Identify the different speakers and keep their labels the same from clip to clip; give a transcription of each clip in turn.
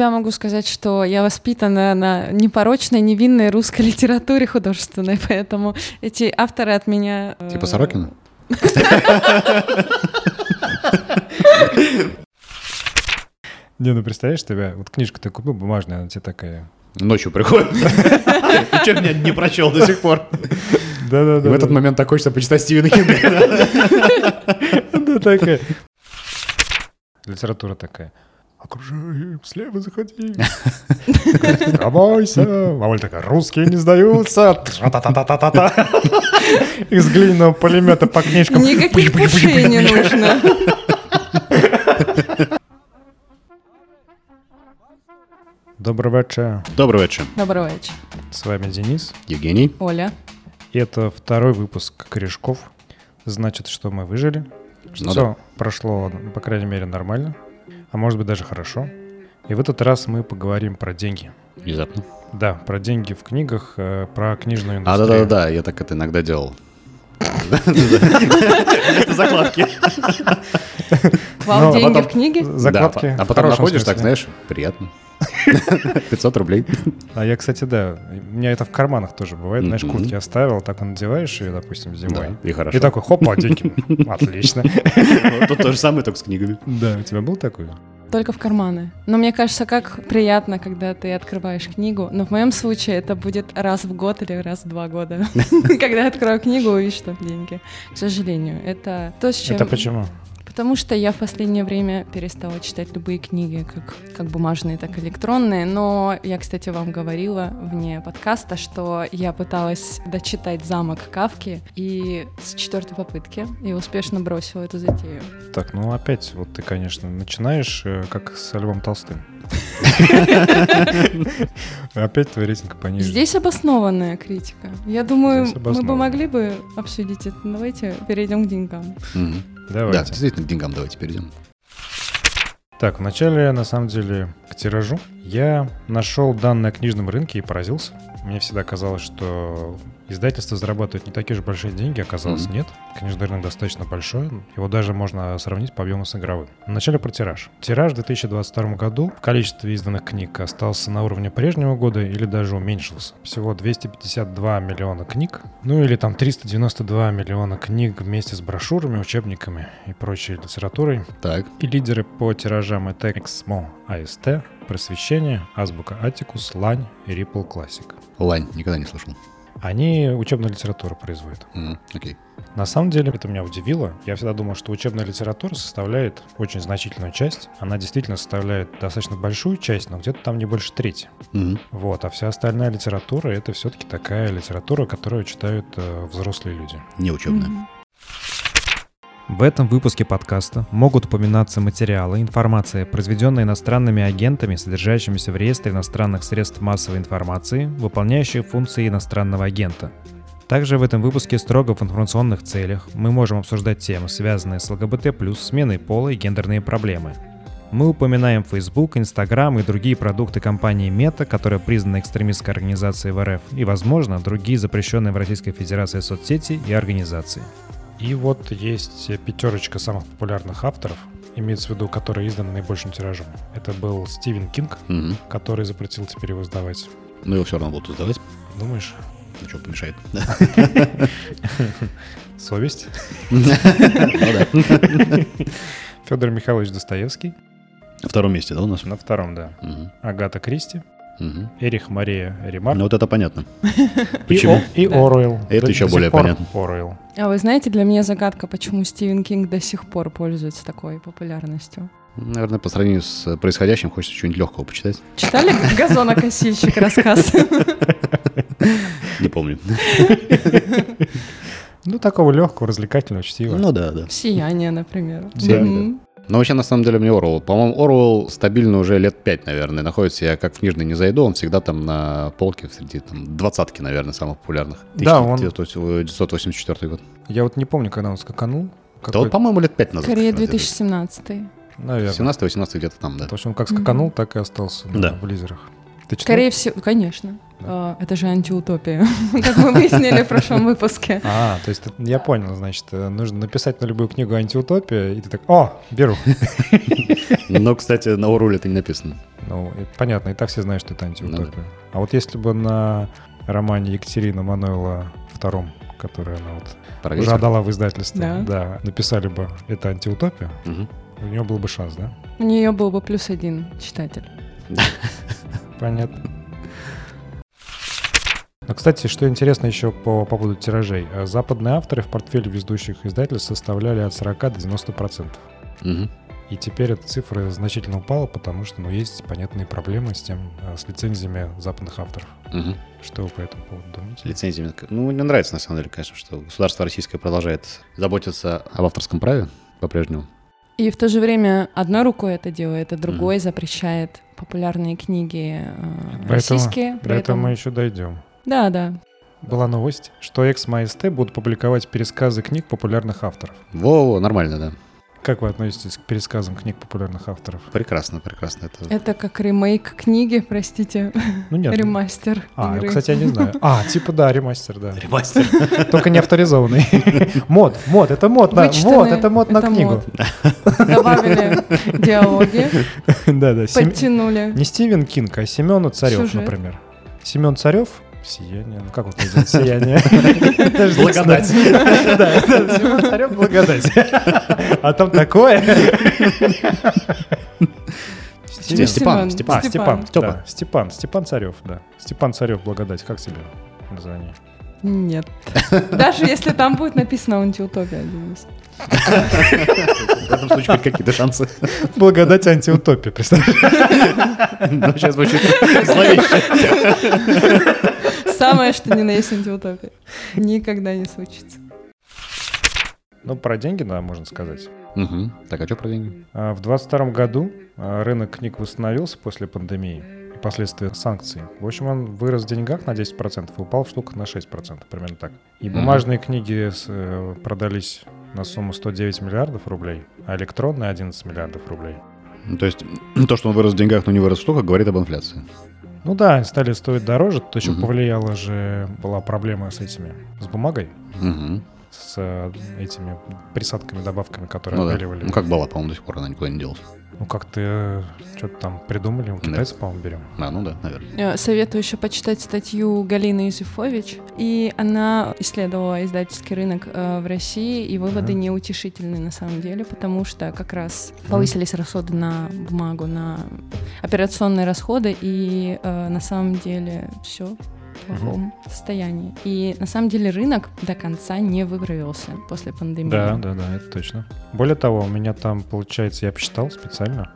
Speaker 1: Я могу сказать, что я воспитана на непорочной, невинной русской литературе художественной, поэтому эти авторы от меня... э,
Speaker 2: Типа Сорокина?
Speaker 3: Не, ну представляешь, тебя вот книжку ты купил бумажная, она тебе такая.
Speaker 2: Ночью приходит. И что меня не прочел до сих пор? И
Speaker 3: Да-да-да.
Speaker 2: в этот момент так хочется почитать Стивена Кинга.
Speaker 3: Да, такая. Литература такая. Окружаем, слева заходи. Сдавайся. А Оля такая, русские не сдаются. Тра-та-та-та-та-та. Из глиняного пулемета по книжкам.
Speaker 1: Никаких пушей не нужно.
Speaker 3: Добрый вечер.
Speaker 2: Добрый вечер.
Speaker 1: Доброго вечера.
Speaker 3: С вами Денис.
Speaker 2: Евгений.
Speaker 1: Оля.
Speaker 3: И это второй выпуск «Корешков». Значит, что мы выжили. Что
Speaker 2: Ну
Speaker 3: всё прошло, по крайней мере, нормально. А может быть, даже хорошо. И в этот раз мы поговорим про деньги.
Speaker 2: Внезапно.
Speaker 3: Да, про деньги в книгах, э, про книжную
Speaker 2: А,
Speaker 3: индустрию.
Speaker 2: да-да-да, я так это иногда делал. Вместо закладки.
Speaker 1: Вам
Speaker 3: Ну, а
Speaker 1: деньги
Speaker 3: потом-
Speaker 1: в книге?
Speaker 3: Закладки.
Speaker 2: Да,
Speaker 3: в
Speaker 2: А потом
Speaker 3: хорошем
Speaker 2: находишь, так,
Speaker 3: смысле.
Speaker 2: знаешь, приятно. 500 рублей.
Speaker 3: А я, кстати, да, у меня это в карманах тоже бывает. Знаешь,
Speaker 2: Мгм.
Speaker 3: куртки оставил, так он надеваешь ее, допустим, зимой.
Speaker 2: Да, и хорошо.
Speaker 3: И такой, хопа, деньги. Отлично.
Speaker 2: Вот Тут то же самое, только с книгами.
Speaker 3: Да, у тебя был такой?
Speaker 1: Только в карманы. Но мне кажется, как приятно, когда ты открываешь книгу. Но в моем случае это будет раз в год или раз в два года. Когда я открою книгу, увижу, что деньги. К сожалению, это то, с чем...
Speaker 3: Это почему?
Speaker 1: Потому что я в последнее время перестала читать любые книги, как, как бумажные, так и электронные. Но я, кстати, вам говорила вне подкаста, что я пыталась дочитать «Замок Кавки» и с четвертой попытки и успешно бросила эту затею.
Speaker 3: Так, ну опять вот ты, конечно, начинаешь э, как с Львом Толстым. Опять твой рейтинг пониже.
Speaker 1: Здесь обоснованная критика. Я думаю,
Speaker 3: Здесь
Speaker 1: мы бы
Speaker 3: обоснованная.
Speaker 1: могли бы обсудить это. Давайте перейдем к деньгам.
Speaker 2: Мгм. Да,
Speaker 3: Давайте.
Speaker 2: действительно, к деньгам давайте перейдем.
Speaker 3: Так, вначале, на самом деле, к тиражу. Я нашел данные о книжном рынке и поразился. Мне всегда казалось, что издательства зарабатывают не такие же большие деньги, оказалось,
Speaker 2: Мгм.
Speaker 3: нет. Книжный рынок достаточно большой, его даже можно сравнить по объему с игровым. Вначале про тираж. Тираж в 2022 году в количестве изданных книг остался на уровне прежнего года или даже уменьшился. Всего 252 миллиона книг, ну или там 392 миллиона книг вместе с брошюрами, учебниками и прочей литературой.
Speaker 2: Так,
Speaker 3: И лидеры по тиражам это Эксмо, АСТ, Просвещение, Азбука Атикус, Лань и Ripple Classic.
Speaker 2: лань, никогда не слышал.
Speaker 3: Они учебную литературу производят.
Speaker 2: Мгм, Окей.
Speaker 3: На самом деле это меня удивило. Я всегда думал, что учебная литература составляет очень значительную часть. Она действительно составляет достаточно большую часть, но где-то там не больше трети.
Speaker 2: Мгм.
Speaker 3: Вот, а вся остальная литература это все-таки такая литература, которую читают э, взрослые люди.
Speaker 2: Не учебная.
Speaker 1: Мгм.
Speaker 4: В этом выпуске подкаста могут упоминаться материалы, информация, произведенная иностранными агентами, содержащимися в реестре иностранных средств массовой информации, выполняющих функции иностранного агента. Также в этом выпуске строго в информационных целях мы можем обсуждать темы, связанные с ЛГБТ+, сменой пола и гендерные проблемы. Мы упоминаем Facebook, Instagram и другие продукты компании Meta, которая признана экстремистской организацией в РФ, и, возможно, другие запрещенные в Российской Федерации соцсети и организации.
Speaker 3: И вот есть пятерочка самых популярных авторов, имеется в виду, которые изданы наибольшим тиражом. Это был Стивен Кинг,
Speaker 2: Мгм.
Speaker 3: который запретил теперь его сдавать.
Speaker 2: Ну, его все равно будут сдавать.
Speaker 3: Думаешь,
Speaker 2: Ну, что помешает.
Speaker 3: совесть?
Speaker 2: Ну да.
Speaker 3: Федор Михайлович Достоевский
Speaker 2: На втором месте, да, у нас?
Speaker 3: на втором, да.
Speaker 2: Мгм.
Speaker 3: Агата Кристи,
Speaker 2: Мгм.
Speaker 3: Эрих Мария
Speaker 2: Ну,
Speaker 3: Ремарк
Speaker 2: вот это понятно.
Speaker 3: и,
Speaker 2: Ну, Почему?
Speaker 3: О- и
Speaker 1: Да.
Speaker 3: Оруэлл.
Speaker 2: Это
Speaker 3: До-
Speaker 2: еще
Speaker 3: до сих
Speaker 2: более
Speaker 3: пор
Speaker 2: понятно.
Speaker 3: Оруэлл.
Speaker 1: А вы знаете, для меня загадка, почему Стивен Кинг до сих пор пользуется такой популярностью.
Speaker 2: Наверное, по сравнению с э, происходящим хочется чего-нибудь легкого почитать.
Speaker 1: Читали «Газонокосильщик» рассказ?
Speaker 2: Не помню.
Speaker 3: Ну, такого легкого, развлекательного, чтива.
Speaker 2: Ну да, да.
Speaker 1: «Сияние», например.
Speaker 2: «Сияние»,
Speaker 1: Мгм.
Speaker 2: Но вообще, на самом деле, мне Орвел. По-моему, Орвел стабильно уже лет пять, наверное, находится. Я как в книжный не зайду, он всегда там на полке среди там двадцатки, наверное, самых популярных.
Speaker 3: Да, он-
Speaker 2: 1984 год.
Speaker 3: Я вот не помню, когда он скаканул.
Speaker 2: Да он,
Speaker 3: Какой-
Speaker 2: по-моему, лет
Speaker 3: А
Speaker 2: пять назад.
Speaker 1: Корея
Speaker 2: наверное,
Speaker 1: 2017.
Speaker 3: Наверное.
Speaker 2: 17-18 где-то там, да.
Speaker 3: То есть он как скаканул, так и остался на-
Speaker 2: Да.
Speaker 3: в лизерах. Ты читал?
Speaker 1: Скорее всего, конечно. А, Это же антиутопия, как мы выяснили в прошлом выпуске.
Speaker 3: А, то есть ты- я понял, значит, э, нужно написать на любую книгу антиутопия, и ты так, о, беру.
Speaker 2: Но, кстати, на Орвеле это не написано.
Speaker 3: Ну, это понятно, и так все знают, что это антиутопия.
Speaker 2: Ну да.
Speaker 3: А вот если бы на романе Екатерина Мануэла II, который она вот
Speaker 2: Про
Speaker 3: уже
Speaker 2: ветер?
Speaker 3: отдала в издательство,
Speaker 1: Да.
Speaker 3: да, написали бы «это антиутопия»,
Speaker 2: Мгм.
Speaker 3: у нее был бы шанс, да?
Speaker 1: У нее был бы плюс один читатель.
Speaker 3: Понятно. Но, Ну, кстати, что интересно еще по, по поводу тиражей. Э, Западные авторы в портфеле ведущих издательств составляли от 40 до 90%.
Speaker 2: Мгм.
Speaker 3: И теперь эта цифра значительно упала, потому что ну, есть понятные проблемы с тем, э, с лицензиями западных авторов.
Speaker 2: Мгм.
Speaker 3: Что вы по этому поводу думаете?
Speaker 2: С лицензиями. Ну, мне нравится, на самом деле, конечно, что государство российское продолжает заботиться об авторском праве по-прежнему.
Speaker 1: И в то же время одной рукой это делает, а другой запрещает популярные книги э, российские.
Speaker 3: До
Speaker 1: при
Speaker 3: этого
Speaker 1: этом-
Speaker 3: мы еще дойдем.
Speaker 1: Да, да.
Speaker 3: Была новость, что Экс-МАСТ будут публиковать пересказы книг популярных авторов.
Speaker 2: Во, нормально, да.
Speaker 3: Как вы относитесь к пересказам книг популярных авторов?
Speaker 2: Прекрасно, прекрасно. Это...
Speaker 1: Это как ремейк книги, простите,
Speaker 3: Ну нет.
Speaker 1: ремастер.
Speaker 3: А,
Speaker 1: игры.
Speaker 3: кстати, я не знаю. А, типа да, ремастер, да.
Speaker 2: Ремастер.
Speaker 3: Только не авторизованный. Мод, мод, это мод на
Speaker 1: Вычитанные,
Speaker 3: мод, это мод на
Speaker 1: это
Speaker 3: книгу.
Speaker 1: мод. Добавили диалоги,
Speaker 3: Да, да. Сем-
Speaker 1: подтянули.
Speaker 3: Не Стивен Кинг, а Семен Царев,
Speaker 1: Сюжет.
Speaker 3: например. Семен Царев. Сияние. Ну как он произносит? Сияние. Даже не
Speaker 2: Благодать.
Speaker 3: знаю. Да, это Семен Царев благодать. А там такое. Стивен.
Speaker 2: Стивен. Степан, Степан.
Speaker 3: А, Степан.
Speaker 2: Степа.
Speaker 3: да, Степан. Степан Царев, да. Степан Царев благодать. Как тебе название?
Speaker 1: Нет. Даже если там будет написано антиутопия, Денис.
Speaker 2: В этом случае хоть какие-то шансы.
Speaker 3: Благодать антиутопия, представляешь?
Speaker 2: Сейчас звучит зловеще.
Speaker 1: Самое, что ни на есть антиутопия. Никогда не случится.
Speaker 3: Ну, про деньги, да, можно сказать.
Speaker 2: Мгм. Так, а что про деньги?
Speaker 3: А В 2022 году а, рынок книг восстановился после пандемии и последствия санкций. В общем, он вырос в деньгах на 10% и упал в штуках на 6%, примерно так. И
Speaker 2: Мгм.
Speaker 3: бумажные книги с, э, продались на сумму 109 миллиардов рублей, а электронные 11 миллиардов рублей.
Speaker 2: Ну, То есть то, что он вырос в деньгах, но не вырос в штуках, говорит об инфляции.
Speaker 3: Ну да, они стали стоить дороже, то, что
Speaker 2: Мгм.
Speaker 3: повлияло же, была проблема с этими, с бумагой,
Speaker 2: Мгм.
Speaker 3: с э, этими присадками, добавками, которые
Speaker 2: Ну да.
Speaker 3: отбеливали.
Speaker 2: Ну как была, по-моему, до сих пор она никуда не делась.
Speaker 3: Ну как-то что-то там придумали, у китайцев, по-моему, берем.
Speaker 2: А, ну да, наверное.
Speaker 1: Э, Советую еще почитать статью Галины Юзефович. И она исследовала издательский рынок э, в России, и выводы
Speaker 3: Мгм.
Speaker 1: неутешительны на самом деле, потому что как раз повысились расходы на бумагу, на операционные расходы, и э, на самом деле все в плохом состоянии. И на самом деле рынок до конца не выправился после пандемии.
Speaker 3: Да, да, да, это точно. Более того, у меня там, получается, я посчитал специально,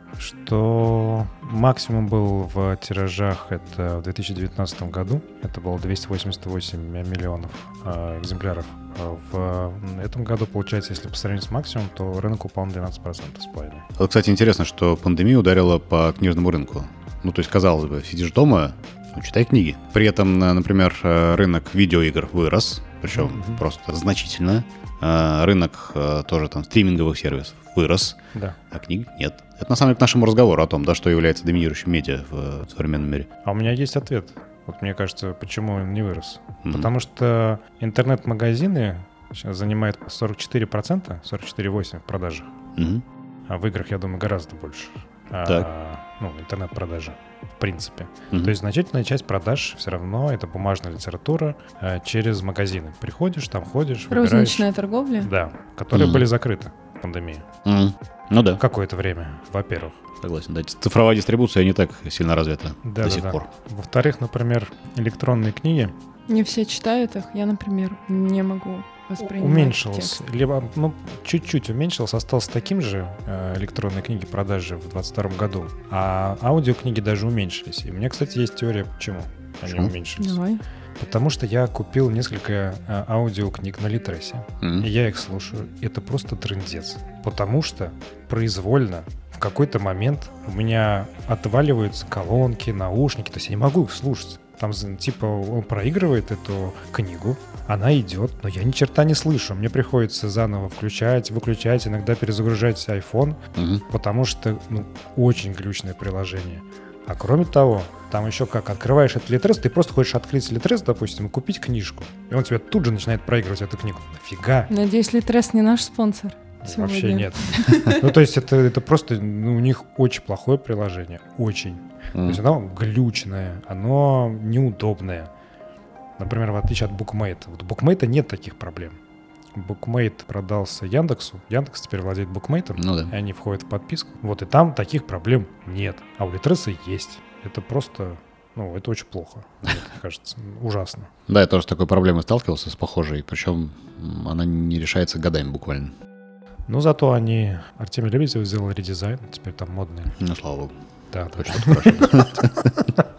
Speaker 3: что максимум был в тиражах, это в 2019 году, это было 288 миллионов э, экземпляров. А В этом году, получается, если по сравнению с максимумом, то рынок упал на 12% с половиной.
Speaker 2: Вот, кстати, интересно, что пандемия ударила по книжному рынку. Ну, то есть, казалось бы, сидишь дома, ну, читай книги. При этом, на- например, э, рынок видеоигр вырос, причем
Speaker 3: Мгм.
Speaker 2: просто значительно. А, Рынок э, тоже там стриминговых сервисов вырос,
Speaker 3: Да.
Speaker 2: а книг нет. Это на самом деле к нашему разговору о том, да, что является доминирующим медиа в э, современном мире.
Speaker 3: А у меня есть ответ. Вот мне кажется, почему он не вырос.
Speaker 2: Мгм.
Speaker 3: Потому что интернет-магазины сейчас занимают 44%, 44,8% в продажах.
Speaker 2: Мгм.
Speaker 3: А в играх, я думаю, гораздо больше. А, ну, интернет-продажи, в принципе.
Speaker 2: Мгм.
Speaker 3: То есть значительная часть продаж все равно это бумажная литература а, через магазины. Приходишь, там ходишь, выбираешь.
Speaker 1: Розничная торговля.
Speaker 3: Да, которые
Speaker 2: Мгм.
Speaker 3: были закрыты в пандемии.
Speaker 2: Мгм. Ну да,
Speaker 3: Какое-то время, во-первых.
Speaker 2: согласен. Да, цифровая дистрибуция не так сильно развита
Speaker 3: Да,
Speaker 2: до
Speaker 3: да,
Speaker 2: сих
Speaker 3: да.
Speaker 2: пор.
Speaker 3: Во-вторых, например, электронные книги
Speaker 1: Не все читают их. Я, например, не могу воспринимать
Speaker 3: уменьшилось,
Speaker 1: текст.
Speaker 3: либо ну, чуть-чуть уменьшилось, осталось таким же э, электронные книги продажи в 2022 году, а аудиокниги даже уменьшились. И у меня, кстати, есть теория, почему,
Speaker 2: Почему?
Speaker 3: они уменьшились.
Speaker 1: Давай.
Speaker 3: Потому что я купил несколько э, аудиокниг на Литресе.
Speaker 2: Мгм.
Speaker 3: И я их слушаю. Это просто трындец. Потому что произвольно в какой-то момент у меня отваливаются колонки, наушники. То есть я не могу их слушать. Там, з- типа, он проигрывает эту книгу, она идет, но я ни черта не слышу. Мне приходится заново включать, выключать, иногда перезагружать iPhone,
Speaker 2: Мгм.
Speaker 3: потому что ну, очень глючное приложение. А кроме того, там еще как, открываешь этот литрес, ты просто хочешь открыть литрес, допустим, и купить книжку. И он тебя тут же начинает проигрывать эту книгу. Нафига?
Speaker 1: Надеюсь, Литрес не наш спонсор. сегодня.
Speaker 3: Вообще нет. Ну, то есть это, это просто, ну, у них очень плохое приложение, очень. То есть оно глючное, оно неудобное. Например, в отличие от букмейта. Вот у букмейта нет таких проблем. Букмейт продался Яндексу. Яндекс теперь владеет букмейтом.
Speaker 2: Ну да.
Speaker 3: и они входят в подписку. Вот и там таких проблем нет. А у Литреса есть. Это просто, ну, это очень плохо, мне так кажется. Ужасно.
Speaker 2: Да, я тоже с такой проблемой сталкивался, с похожей. Причем м, она не решается годами буквально.
Speaker 3: Но зато они... Артемий Лебедев сделал редизайн, теперь там модные.
Speaker 2: Ну, слава богу.
Speaker 3: Да,
Speaker 2: Хоть
Speaker 3: точно.
Speaker 2: что-то хорошо.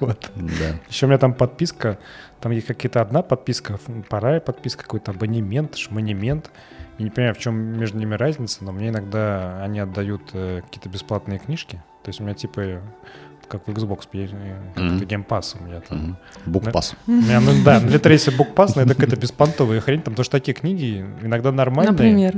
Speaker 3: Вот.
Speaker 2: Да.
Speaker 3: Еще у меня там подписка, там есть какие-то одна подписка, ф- вторая подписка, какой-то абонемент, шмонемент. Я не понимаю, в чем между ними разница, но мне иногда они отдают э, какие-то бесплатные книжки. То есть у меня типа как в Xbox, есть, э, как
Speaker 2: Мгм.
Speaker 3: это Game Pass у меня там.
Speaker 2: Мгм. Букпас.
Speaker 3: У меня, ну да, для трейси букпас, но это какая-то беспонтовая хрень, там тоже такие книги иногда нормальные.
Speaker 1: Например.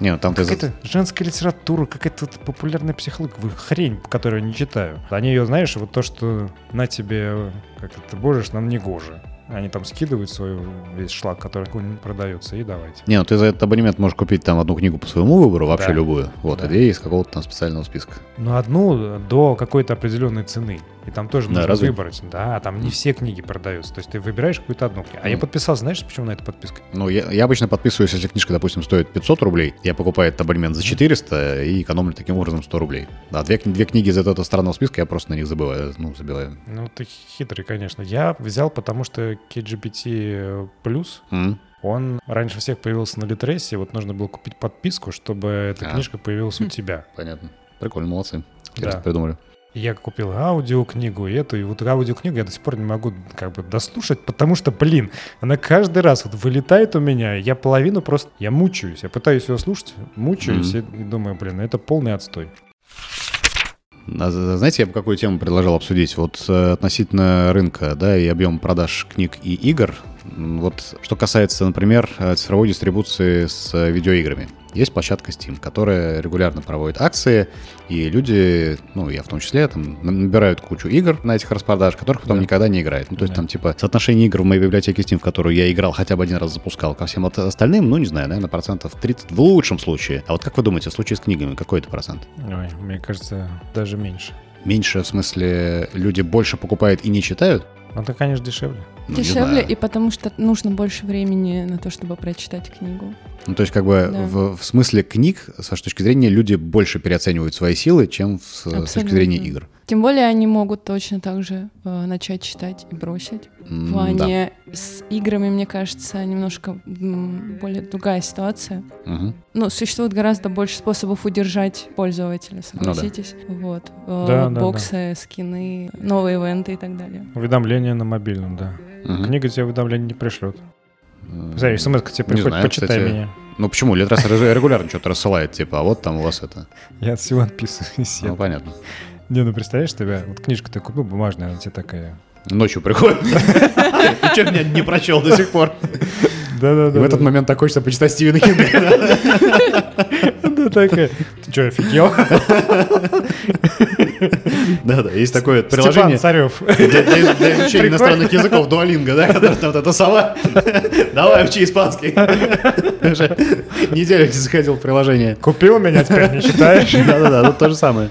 Speaker 2: Не, ну там ты... за-
Speaker 3: Какая-то женская литература, какая-то вот популярная психология, вы- хрень, которую я не читаю. Они ее, знаешь, вот то, что на тебе, э, как это, божешь, нам не гоже. Они там скидывают свой весь шлак, который какой-нибудь продается, и давайте.
Speaker 2: Не, ну ты за этот абонемент можешь купить там одну книгу по своему выбору, вообще
Speaker 3: Да.
Speaker 2: любую. Вот,
Speaker 3: Да.
Speaker 2: а две из какого-то там специального списка.
Speaker 3: Но одну до какой-то определенной цены. И там тоже
Speaker 2: Да,
Speaker 3: нужно
Speaker 2: разве?
Speaker 3: выбрать. Да, там не все книги продаются. То есть ты выбираешь какую-то одну книгу. А я
Speaker 2: Мгм.
Speaker 3: подписался, знаешь, почему на эту подписку?
Speaker 2: Ну, я, я обычно подписываюсь, если книжка, допустим, стоит 500 рублей, я покупаю этот абонемент за 400 и экономлю таким образом 100 рублей. А две, кни- две книги из этого странного списка я просто на них забываю, ну, забиваю.
Speaker 3: Ну, ты хитрый, конечно. Я взял, потому что KGBT плюс
Speaker 2: М.
Speaker 3: Он раньше всех появился на Литресе, вот нужно было купить подписку, чтобы эта
Speaker 2: А.
Speaker 3: книжка появилась у тебя.
Speaker 2: Понятно. Прикольно, молодцы.
Speaker 3: Да.
Speaker 2: Интересно придумали.
Speaker 3: И я купил аудиокнигу и эту, и вот аудиокнигу я до сих пор не могу как бы дослушать, потому что, блин, она каждый раз вот вылетает у меня, и я половину просто, я мучаюсь, я пытаюсь ее слушать, мучаюсь и, и думаю, блин, это полный отстой.
Speaker 2: А за- Знаете, я бы какую тему предложил обсудить? Вот э, относительно рынка, да, и объема продаж книг и игр. М, Вот что касается, например, э, цифровой дистрибуции с э, видеоиграми. Есть площадка Steam, которая регулярно проводит акции, и люди, ну, я в том числе, там, на- набирают кучу игр на этих распродажах, которых потом
Speaker 3: Да.
Speaker 2: никогда не играют. Ну, то есть
Speaker 3: Да.
Speaker 2: там, типа, соотношение игр в моей библиотеке Steam, в которую я играл, хотя бы один раз запускал, ко всем от- остальным, ну, не знаю, наверное, процентов 30 в лучшем случае. А вот как вы думаете, в случае с книгами, какой это процент?
Speaker 3: Ой, мне кажется, даже меньше.
Speaker 2: Меньше, в смысле, люди больше покупают и не читают?
Speaker 3: Но это, конечно, дешевле.
Speaker 2: Ну, не
Speaker 1: Дешевле,
Speaker 2: знаю.
Speaker 1: и потому что нужно больше времени на то, чтобы прочитать книгу.
Speaker 2: Ну, то есть, как бы,
Speaker 1: Да.
Speaker 2: в, в смысле книг, с вашей точки зрения, люди больше переоценивают свои силы, чем в- с, с точки
Speaker 1: Абсолютно.
Speaker 2: зрения игр.
Speaker 1: Тем более они могут точно так же э, начать читать и бросить. В
Speaker 2: М, да.
Speaker 1: плане с играми, мне кажется, немножко м, более другая ситуация.
Speaker 2: Мгм.
Speaker 1: Ну, существует гораздо больше способов удержать пользователя, согласитесь.
Speaker 2: Ну
Speaker 1: Вот. Э,
Speaker 3: Да, да,
Speaker 1: боксы, скины, новые ивенты и так далее.
Speaker 3: Уведомления на мобильном, да.
Speaker 2: Мгм.
Speaker 3: Книга тебе уведомления не пришлет.
Speaker 2: М,
Speaker 3: Смотри, смс тебе приходит,
Speaker 2: знаю,
Speaker 3: типа, почитай
Speaker 2: кстати.
Speaker 3: меня.
Speaker 2: Ну почему? Литрес реже- регулярно что-то рассылает, типа, а вот там у вас это.
Speaker 3: Я от всего отписываюсь. я
Speaker 2: Ну, понятно.
Speaker 3: Не, ну представляешь тебя, вот книжку ты купил бумажная, она тебе такая.
Speaker 2: Ночью приходит. И что меня не прочел до сих пор?
Speaker 3: Да-да-да.
Speaker 2: В этот момент так хочется почитать Стивена Кинга.
Speaker 3: Да, такая. Ты что, офигел?
Speaker 2: Да-да, есть такое
Speaker 3: Степан
Speaker 2: приложение.
Speaker 3: Царев.
Speaker 2: Для, для- для изучения
Speaker 3: Прикольно.
Speaker 2: иностранных языков дуалинга, да, когда там вот эта сова. Давай, учи испанский. Уже Неделю не заходил в приложение.
Speaker 3: Купил меня, теперь не читаешь?
Speaker 2: Да-да-да, тут то же самое.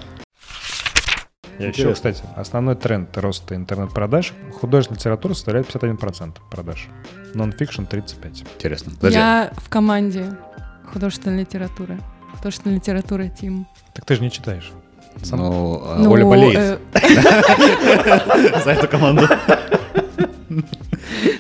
Speaker 3: Я еще, кстати, основной тренд роста интернет-продаж. Художественная литература составляет 51% продаж. Нон-фикшн 35%.
Speaker 2: Интересно. Подожди.
Speaker 1: Я в команде художественной литературы. Художественная литература Тим.
Speaker 3: Так ты же не читаешь. сам-
Speaker 2: Ну, а
Speaker 1: Ну,
Speaker 2: Оля болеет
Speaker 1: э,
Speaker 2: за эту команду.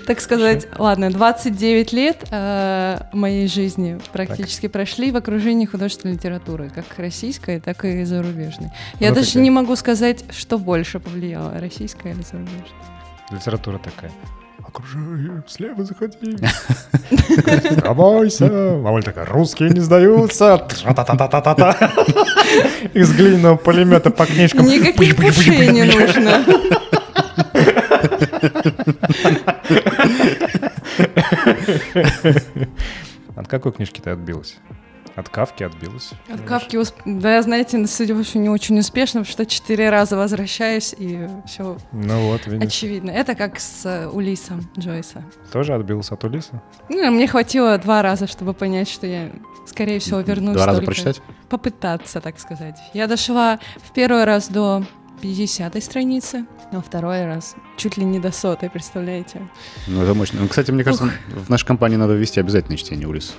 Speaker 1: так сказать, ладно, 29 лет э, моей жизни практически прошли в окружении художественной литературы, как российской, так и зарубежной. Я
Speaker 3: Ну,
Speaker 1: даже
Speaker 3: такая.
Speaker 1: не могу сказать, что больше повлияло, российская или зарубежная.
Speaker 3: Литература такая. Окружай, слева заходи. Сдавайся. А Оля такая, русские не сдаются. Тра-та-та-та-та-та. Из глиняного пулемета по книжкам.
Speaker 1: Никаких пушей не нужно.
Speaker 3: От какой книжки ты отбилась? От кавки отбилась.
Speaker 1: От Кавки, усп- да, знаете, судя по всему, не очень успешно, потому что четыре раза возвращаюсь, и все
Speaker 3: Ну вот, видишь,
Speaker 1: очевидно. Это как с э, Улисом Джойса.
Speaker 3: тоже отбилась от Улиса.
Speaker 1: Ну, мне хватило два раза, чтобы понять, что я, скорее всего, вернусь
Speaker 2: Два раза
Speaker 1: только-
Speaker 2: прочитать?
Speaker 1: Попытаться, так сказать. Я дошла в первый раз до 50 страницы, но второй раз чуть ли не до сотой, представляете?
Speaker 2: Ну, это мощно. Ну, кстати, мне кажется, в нашей компании надо ввести обязательное чтение улиц.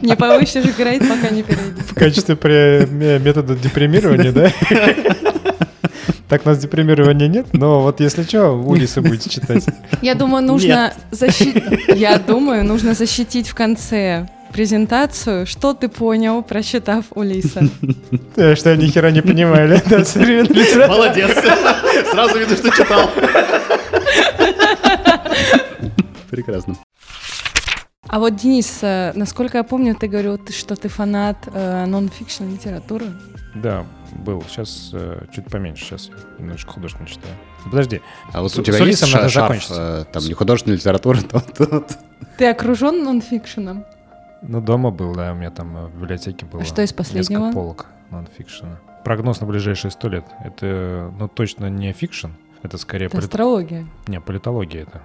Speaker 1: Не повысишь грейд, пока не перейдешь.
Speaker 3: В качестве пре- ме- метода депримирования, да? Так у нас депримирования нет, но вот если что, Улиса будете читать.
Speaker 1: Я думаю, нужно защитить. Я думаю, нужно защитить в конце презентацию, что ты понял, прочитав Улиса.
Speaker 3: Э, Что я ни хера не понимаю, да, современная литература.
Speaker 2: Молодец! Сразу видно, что читал. Прекрасно.
Speaker 1: А вот, Денис, э, насколько я помню, ты говорил, ты- что ты фанат э, нон-фикшн литературы.
Speaker 3: Да, был. Сейчас э, чуть поменьше. Сейчас немножко художественно читаю. Подожди,
Speaker 2: А вот
Speaker 3: С-
Speaker 2: у тебя
Speaker 3: с
Speaker 2: есть
Speaker 3: Улиссом
Speaker 2: ша-
Speaker 3: надо
Speaker 2: шарф,
Speaker 3: закончить.
Speaker 2: э, там, не художественная литература, то тут.
Speaker 1: Ты окружен нон-фикшеном?
Speaker 3: Ну, дома был, да, у меня там э, в библиотеке было.
Speaker 1: А что из последнего?
Speaker 3: Несколько полок нонфикшена. Прогноз на ближайшие сто лет. Это, ну, точно не фикшн. Это скорее
Speaker 1: Это
Speaker 3: полит-
Speaker 1: астрология.
Speaker 3: не, политология это.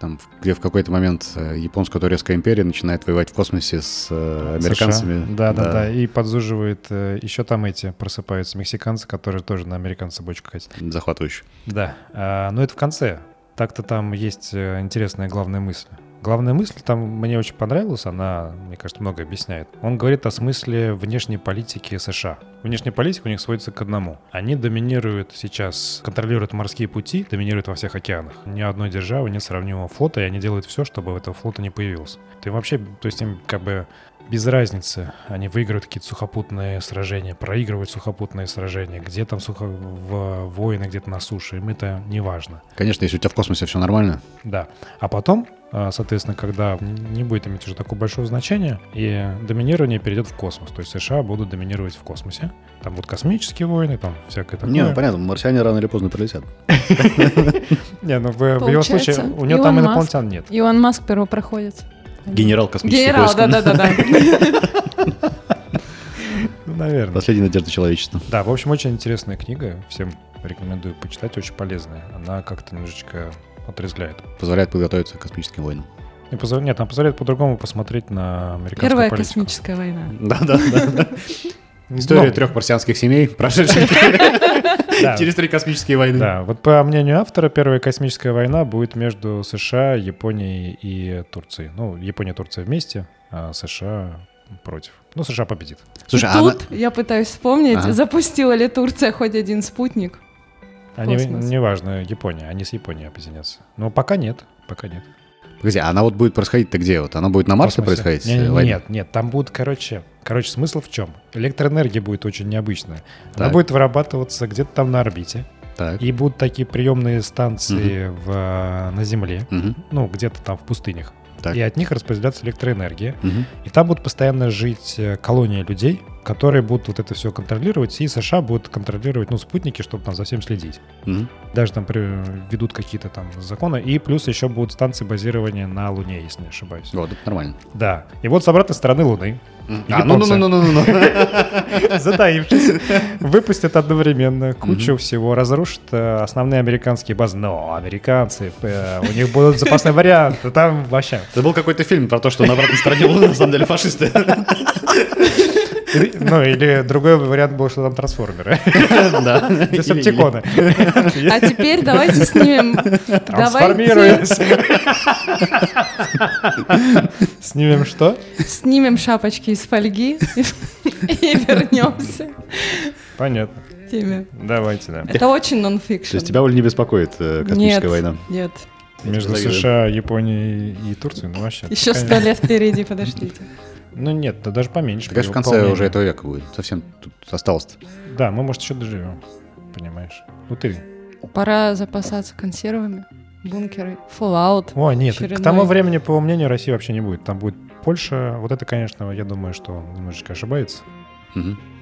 Speaker 2: Там, в- где в какой-то момент э, японско-турецкая империя начинает воевать в космосе с э, американцами.
Speaker 3: США. Да, да, да, И подзуживает. еще там эти просыпаются мексиканцы, которые тоже на американцев бочку катят.
Speaker 2: Захватывающе.
Speaker 3: Да. А, но это в конце. Так-то там есть э, интересная главная мысль. Главная мысль там мне очень понравилась, она, мне кажется, много объясняет. Он говорит о смысле внешней политики США. Внешняя политика у них сводится к одному. Они доминируют сейчас, контролируют морские пути, доминируют во всех океанах. Ни одной державы нет сравнимого флота, и они делают все, чтобы этого флота не появилось. Ты вообще, то есть им как бы без разницы. Они выигрывают какие-то сухопутные сражения, проигрывают сухопутные сражения. Где там сухо... в войны, где-то на суше. Им это не важно.
Speaker 2: Конечно, если у тебя в космосе все нормально,
Speaker 3: Да. А потом, а, соответственно, когда н- не будет иметь уже такого большого значения, и доминирование перейдет в космос. То есть США будут доминировать в космосе. Там будут космические войны, там всякое такое.
Speaker 2: не, ну, понятно, марсиане рано или поздно прилетят.
Speaker 3: Не, ну в, в его
Speaker 1: Получается,
Speaker 3: случае у него
Speaker 1: Илон
Speaker 3: там
Speaker 1: Маск.
Speaker 3: инопланетян нет.
Speaker 1: Илон Маск первопроходец.
Speaker 2: Генерал космический
Speaker 1: Генерал,
Speaker 2: поиск.
Speaker 1: да-да-да.
Speaker 3: Ну, наверное.
Speaker 2: Последняя надежда человечества.
Speaker 3: Да, в общем, очень интересная книга. Всем рекомендую почитать, очень полезная. Она как-то немножечко отрезвляет.
Speaker 2: Позволяет подготовиться к космическим войнам.
Speaker 3: Не позов- Нет, она позволяет по-другому посмотреть на американскую
Speaker 1: Первая
Speaker 3: политику.
Speaker 1: космическая война.
Speaker 2: Да, да, да. История
Speaker 3: Но-
Speaker 2: трех марсианских семей, прошедших
Speaker 3: Да,
Speaker 2: через три космические войны.
Speaker 3: да, вот по мнению автора, первая космическая война будет между США, Японией и Турцией. Ну, Япония и Турция вместе, а США против. Ну, США победит.
Speaker 2: Слушай,
Speaker 1: И
Speaker 2: а она-
Speaker 1: тут я пытаюсь вспомнить,
Speaker 2: Ага.
Speaker 1: запустила ли Турция хоть один спутник.
Speaker 3: Они,
Speaker 1: Космос.
Speaker 3: А неважно, Япония, они с Японией объединятся. Но пока нет, пока нет.
Speaker 2: Погоди, а она вот будет происходить-то где? Вот она будет на Марсе происходить?
Speaker 3: Не-
Speaker 2: э,
Speaker 3: не-
Speaker 2: война?
Speaker 3: Нет, нет, там будут, короче, короче, смысл в чем? Электроэнергия будет очень необычная. Она
Speaker 2: Так.
Speaker 3: будет вырабатываться где-то там на орбите.
Speaker 2: Так.
Speaker 3: И будут такие приемные станции в, э, на Земле,
Speaker 2: Мгм,
Speaker 3: ну, где-то там в пустынях.
Speaker 2: Так.
Speaker 3: И от них распределяться электроэнергия.
Speaker 2: мгм.
Speaker 3: И там будут постоянно жить э, колонии людей, которые будут вот это все контролировать. И США будут контролировать, ну, спутники, чтобы там за всем следить.
Speaker 2: Мгм.
Speaker 3: Даже там при- ведут какие-то там законы. И плюс еще будут станции базирования на Луне, если не ошибаюсь.
Speaker 2: Вот, это нормально.
Speaker 3: Да. И вот с обратной стороны Луны,
Speaker 2: А, ну-ну-ну-ну-ну-ну.
Speaker 3: затаившись, выпустят одновременно кучу всего, разрушат э, основные американские базы. Но американцы, э, у них будут запасные варианты, там вообще.
Speaker 2: Это был какой-то фильм про то, что на обратной стороне Луны на самом деле фашисты.
Speaker 3: Или- Ну, или другой вариант был, что там трансформеры,
Speaker 2: Да.
Speaker 3: десептиконы.
Speaker 1: А теперь давайте снимем... Давайте
Speaker 3: Трансформируемся. Снимем что?
Speaker 1: снимем шапочки из фольги и и вернемся
Speaker 3: Понятно.
Speaker 1: к теме.
Speaker 3: Давайте, да.
Speaker 1: Это очень нон-фикшн.
Speaker 2: То есть тебя, Оль, не беспокоит э, космическая
Speaker 1: Нет,
Speaker 2: война? э,
Speaker 1: Нет,
Speaker 3: Между
Speaker 2: завидую.
Speaker 3: США, Японией и Турцией, ну вообще.
Speaker 1: еще
Speaker 3: конечно.
Speaker 1: сто лет впереди, подождите.
Speaker 3: Ну нет, да даже поменьше.
Speaker 2: Так это же в
Speaker 3: при
Speaker 2: конце
Speaker 3: выполнении.
Speaker 2: уже этого века будет. Совсем тут осталось
Speaker 3: Да, мы, может, еще доживем. Понимаешь? Ну ты
Speaker 1: Пора запасаться консервами, бункеры, Fallout.
Speaker 3: О, нет,
Speaker 1: Очередной.
Speaker 3: к тому времени, по его мнению, России вообще не будет. Там будет Польша. Вот это, конечно, я думаю, что он немножечко ошибается.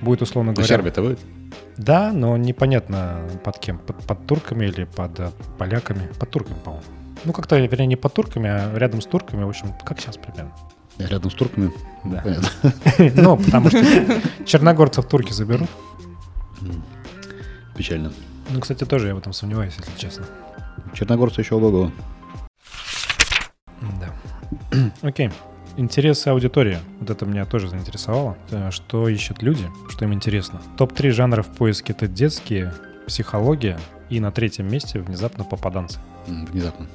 Speaker 3: Будет, условно
Speaker 2: Ну,
Speaker 3: говоря...
Speaker 2: Сербия-то будет?
Speaker 3: Да, но непонятно под кем. Под, под турками или под э, поляками. Под турками, по-моему. Ну, как-то, вернее, не под турками, а рядом с турками, в общем, как сейчас примерно.
Speaker 2: Рядом с турками?
Speaker 3: Да.
Speaker 2: Понятно.
Speaker 3: Ну, потому что черногорцев турки заберут.
Speaker 2: Печально.
Speaker 3: Ну, кстати, тоже я в этом сомневаюсь, если честно.
Speaker 2: Черногорцы еще ого
Speaker 3: Да. Окей. Интересы аудитории. Вот это меня тоже заинтересовало. Э, Что ищут люди, что им интересно. Топ-3 жанров поиски это детские, психология и на третьем месте внезапно попаданцы.
Speaker 2: Внезапно.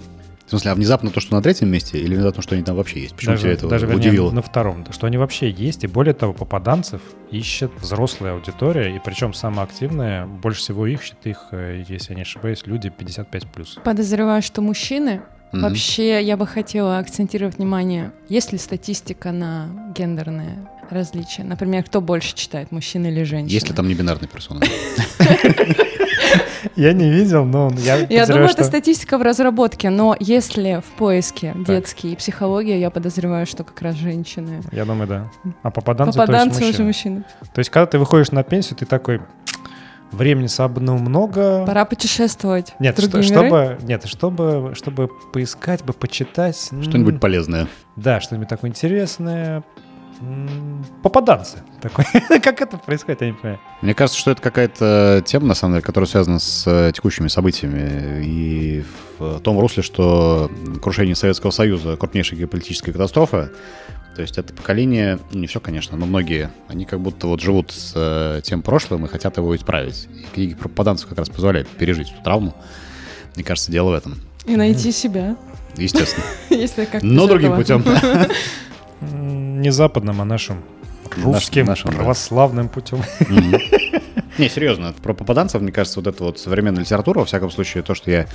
Speaker 2: В смысле, а внезапно то, что на третьем месте, или внезапно, что они там вообще есть? Почему
Speaker 3: даже,
Speaker 2: тебя это
Speaker 3: даже, вернее,
Speaker 2: удивило?
Speaker 3: на втором. Что они вообще есть, и более того, попаданцев ищет взрослая аудитория, и причем самая активная, больше всего их ищет их, э, если я не ошибаюсь, люди 55+.
Speaker 1: Подозреваю, что мужчины.
Speaker 2: Мгм.
Speaker 1: Вообще, я бы хотела акцентировать внимание, есть ли статистика на гендерные различия? Например, кто больше читает, мужчины или женщины?
Speaker 2: Есть ли там небинарные персоны?
Speaker 3: Я не видел, но я,
Speaker 1: Я думаю, это статистика в разработке, но если в поиске детские и психология, я подозреваю, что как раз женщины.
Speaker 3: Я думаю, да. А попаданцы,
Speaker 1: Попаданцы
Speaker 3: то есть
Speaker 1: уже
Speaker 3: мужчины.
Speaker 1: мужчины.
Speaker 3: То есть, когда ты выходишь на пенсию, ты такой, времени собну много.
Speaker 1: Пора путешествовать. в
Speaker 3: Нет, что-
Speaker 1: другие миры.
Speaker 3: чтобы, нет, чтобы, чтобы поискать, бы почитать. м,
Speaker 2: Что-нибудь полезное.
Speaker 3: Да, что-нибудь такое интересное. М, Попаданцы. Такой. как это происходит, я не понимаю.
Speaker 2: Мне кажется, что это какая-то тема, на самом деле, которая связана с э, текущими событиями и в том русле, что крушение Советского Союза — крупнейшая геополитическая катастрофа. То есть это поколение, ну, не все, конечно, но многие, они как будто вот живут с э, тем прошлым и хотят его исправить. И книги про попаданцев как раз позволяют пережить эту травму. Мне кажется, дело в этом,
Speaker 1: И найти себя,
Speaker 2: естественно.
Speaker 1: если как-то
Speaker 2: Но
Speaker 1: без
Speaker 2: другим
Speaker 1: этого.
Speaker 2: путем.
Speaker 3: М, Не западным, а нашим. Русским,
Speaker 2: нашим, да.
Speaker 3: православным путем.
Speaker 2: Мгм. Не, серьезно, про попаданцев, мне кажется, вот эта вот современная литература, во всяком случае, то, что я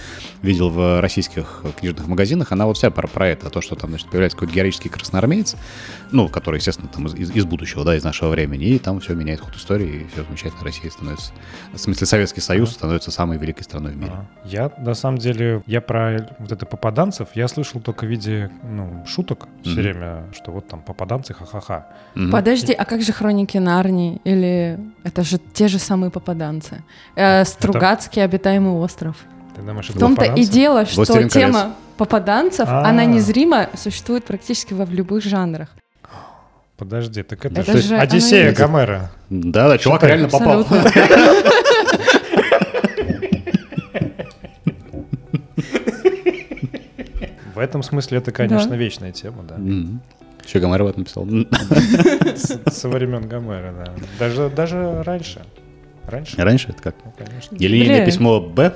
Speaker 2: видел в российских книжных магазинах, она вот вся про, про это, то, что там, значит, появляется какой-то героический красноармеец, ну, который, естественно, там из, из- из будущего, да, из нашего времени, и там все меняет ход истории, и все замечательно, Россия становится, в смысле, Советский Союз становится самой великой страной в мире.
Speaker 3: Ага. А Я, на самом деле, я про вот это попаданцев, я слышал только в виде ну, шуток все
Speaker 2: Мгм.
Speaker 3: время, что вот там попаданцы, ха-ха-ха.
Speaker 2: Мгм.
Speaker 1: Подожди, а как же хроники Нарнии? Или это же те же самые попаданцы? Э, Стругацкий обитаемый остров.
Speaker 3: Ты думаешь,
Speaker 1: В
Speaker 3: это
Speaker 1: том-то и
Speaker 3: попаданцы?
Speaker 1: дело, что
Speaker 2: «Властелин колец».
Speaker 1: тема попаданцев,
Speaker 3: А.
Speaker 1: она незримо существует практически во в любых жанрах.
Speaker 3: Подожди, так это,
Speaker 2: Да
Speaker 3: же
Speaker 2: что это?
Speaker 3: Одиссея
Speaker 1: оно и
Speaker 3: Гомера.
Speaker 2: Да, да, чувак
Speaker 3: Что-то
Speaker 2: реально попал.
Speaker 1: Абсолютно.
Speaker 3: В этом смысле это, конечно,
Speaker 1: Да.
Speaker 3: вечная тема, да.
Speaker 2: Мгм. Еще Гомер об этом писал.
Speaker 3: С- Со времен Гомера, да. Даже, даже раньше. Раньше?
Speaker 2: Раньше это как?
Speaker 3: Ну, конечно.
Speaker 2: Нелинейное
Speaker 1: Блин.
Speaker 2: письмо Б.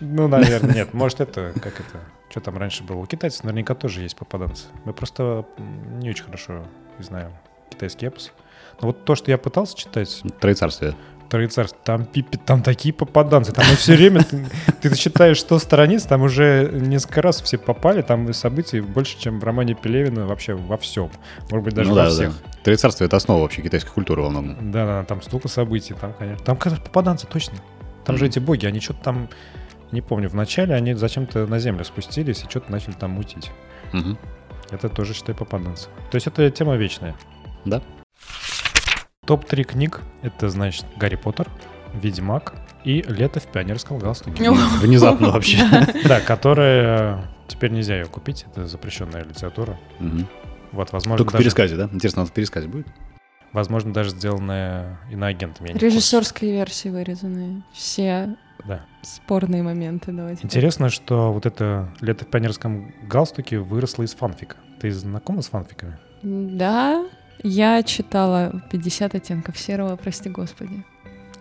Speaker 3: Ну, наверное, нет. Может, это, как это, что там раньше было? У китайцев наверняка тоже есть попаданцы. Мы просто м, не очень хорошо знаем китайский эпос. Но вот то, что я пытался читать,
Speaker 2: Троецарствие.
Speaker 3: Троицарство, там пипи, там такие попаданцы, там и все время ты, ты читаешь 100 страниц, там уже несколько раз все попали, там и событий больше, чем в романе Пелевина вообще во всем. Может быть, даже
Speaker 2: ну
Speaker 3: во
Speaker 2: да, да.
Speaker 3: всех.
Speaker 2: Троецарствие — это основа вообще китайской культуры во многом.
Speaker 3: Да, да, там столько событий, там, конечно. Там, кажется, попаданцы, точно. Там же
Speaker 2: Мгм.
Speaker 3: эти боги, они что-то там, не помню, вначале они зачем-то на землю спустились и что-то начали там мутить.
Speaker 2: Мгм.
Speaker 3: Это тоже, считай, попаданцы. То есть это тема вечная.
Speaker 2: Да.
Speaker 3: Топ-3 книг — это, значит, «Гарри Поттер», «Ведьмак» и «Лето в пионерском галстуке».
Speaker 2: Внезапно вообще.
Speaker 3: Да, которая... Теперь нельзя ее купить, это запрещенная литература.
Speaker 2: Мгм.
Speaker 3: Вот, возможно,
Speaker 2: Только в
Speaker 3: даже,
Speaker 2: пересказе, да? Интересно, а в пересказе будет?
Speaker 3: возможно, даже сделанная иноагентами. я не в курсе.
Speaker 1: Режиссерские версии вырезаны. Все
Speaker 3: Да.
Speaker 1: спорные моменты. Давайте.
Speaker 3: Интересно, что вот это лето в пионерском галстуке выросло из фанфика. Ты знакома с фанфиками?
Speaker 1: Да, я читала 50 оттенков серого, прости господи.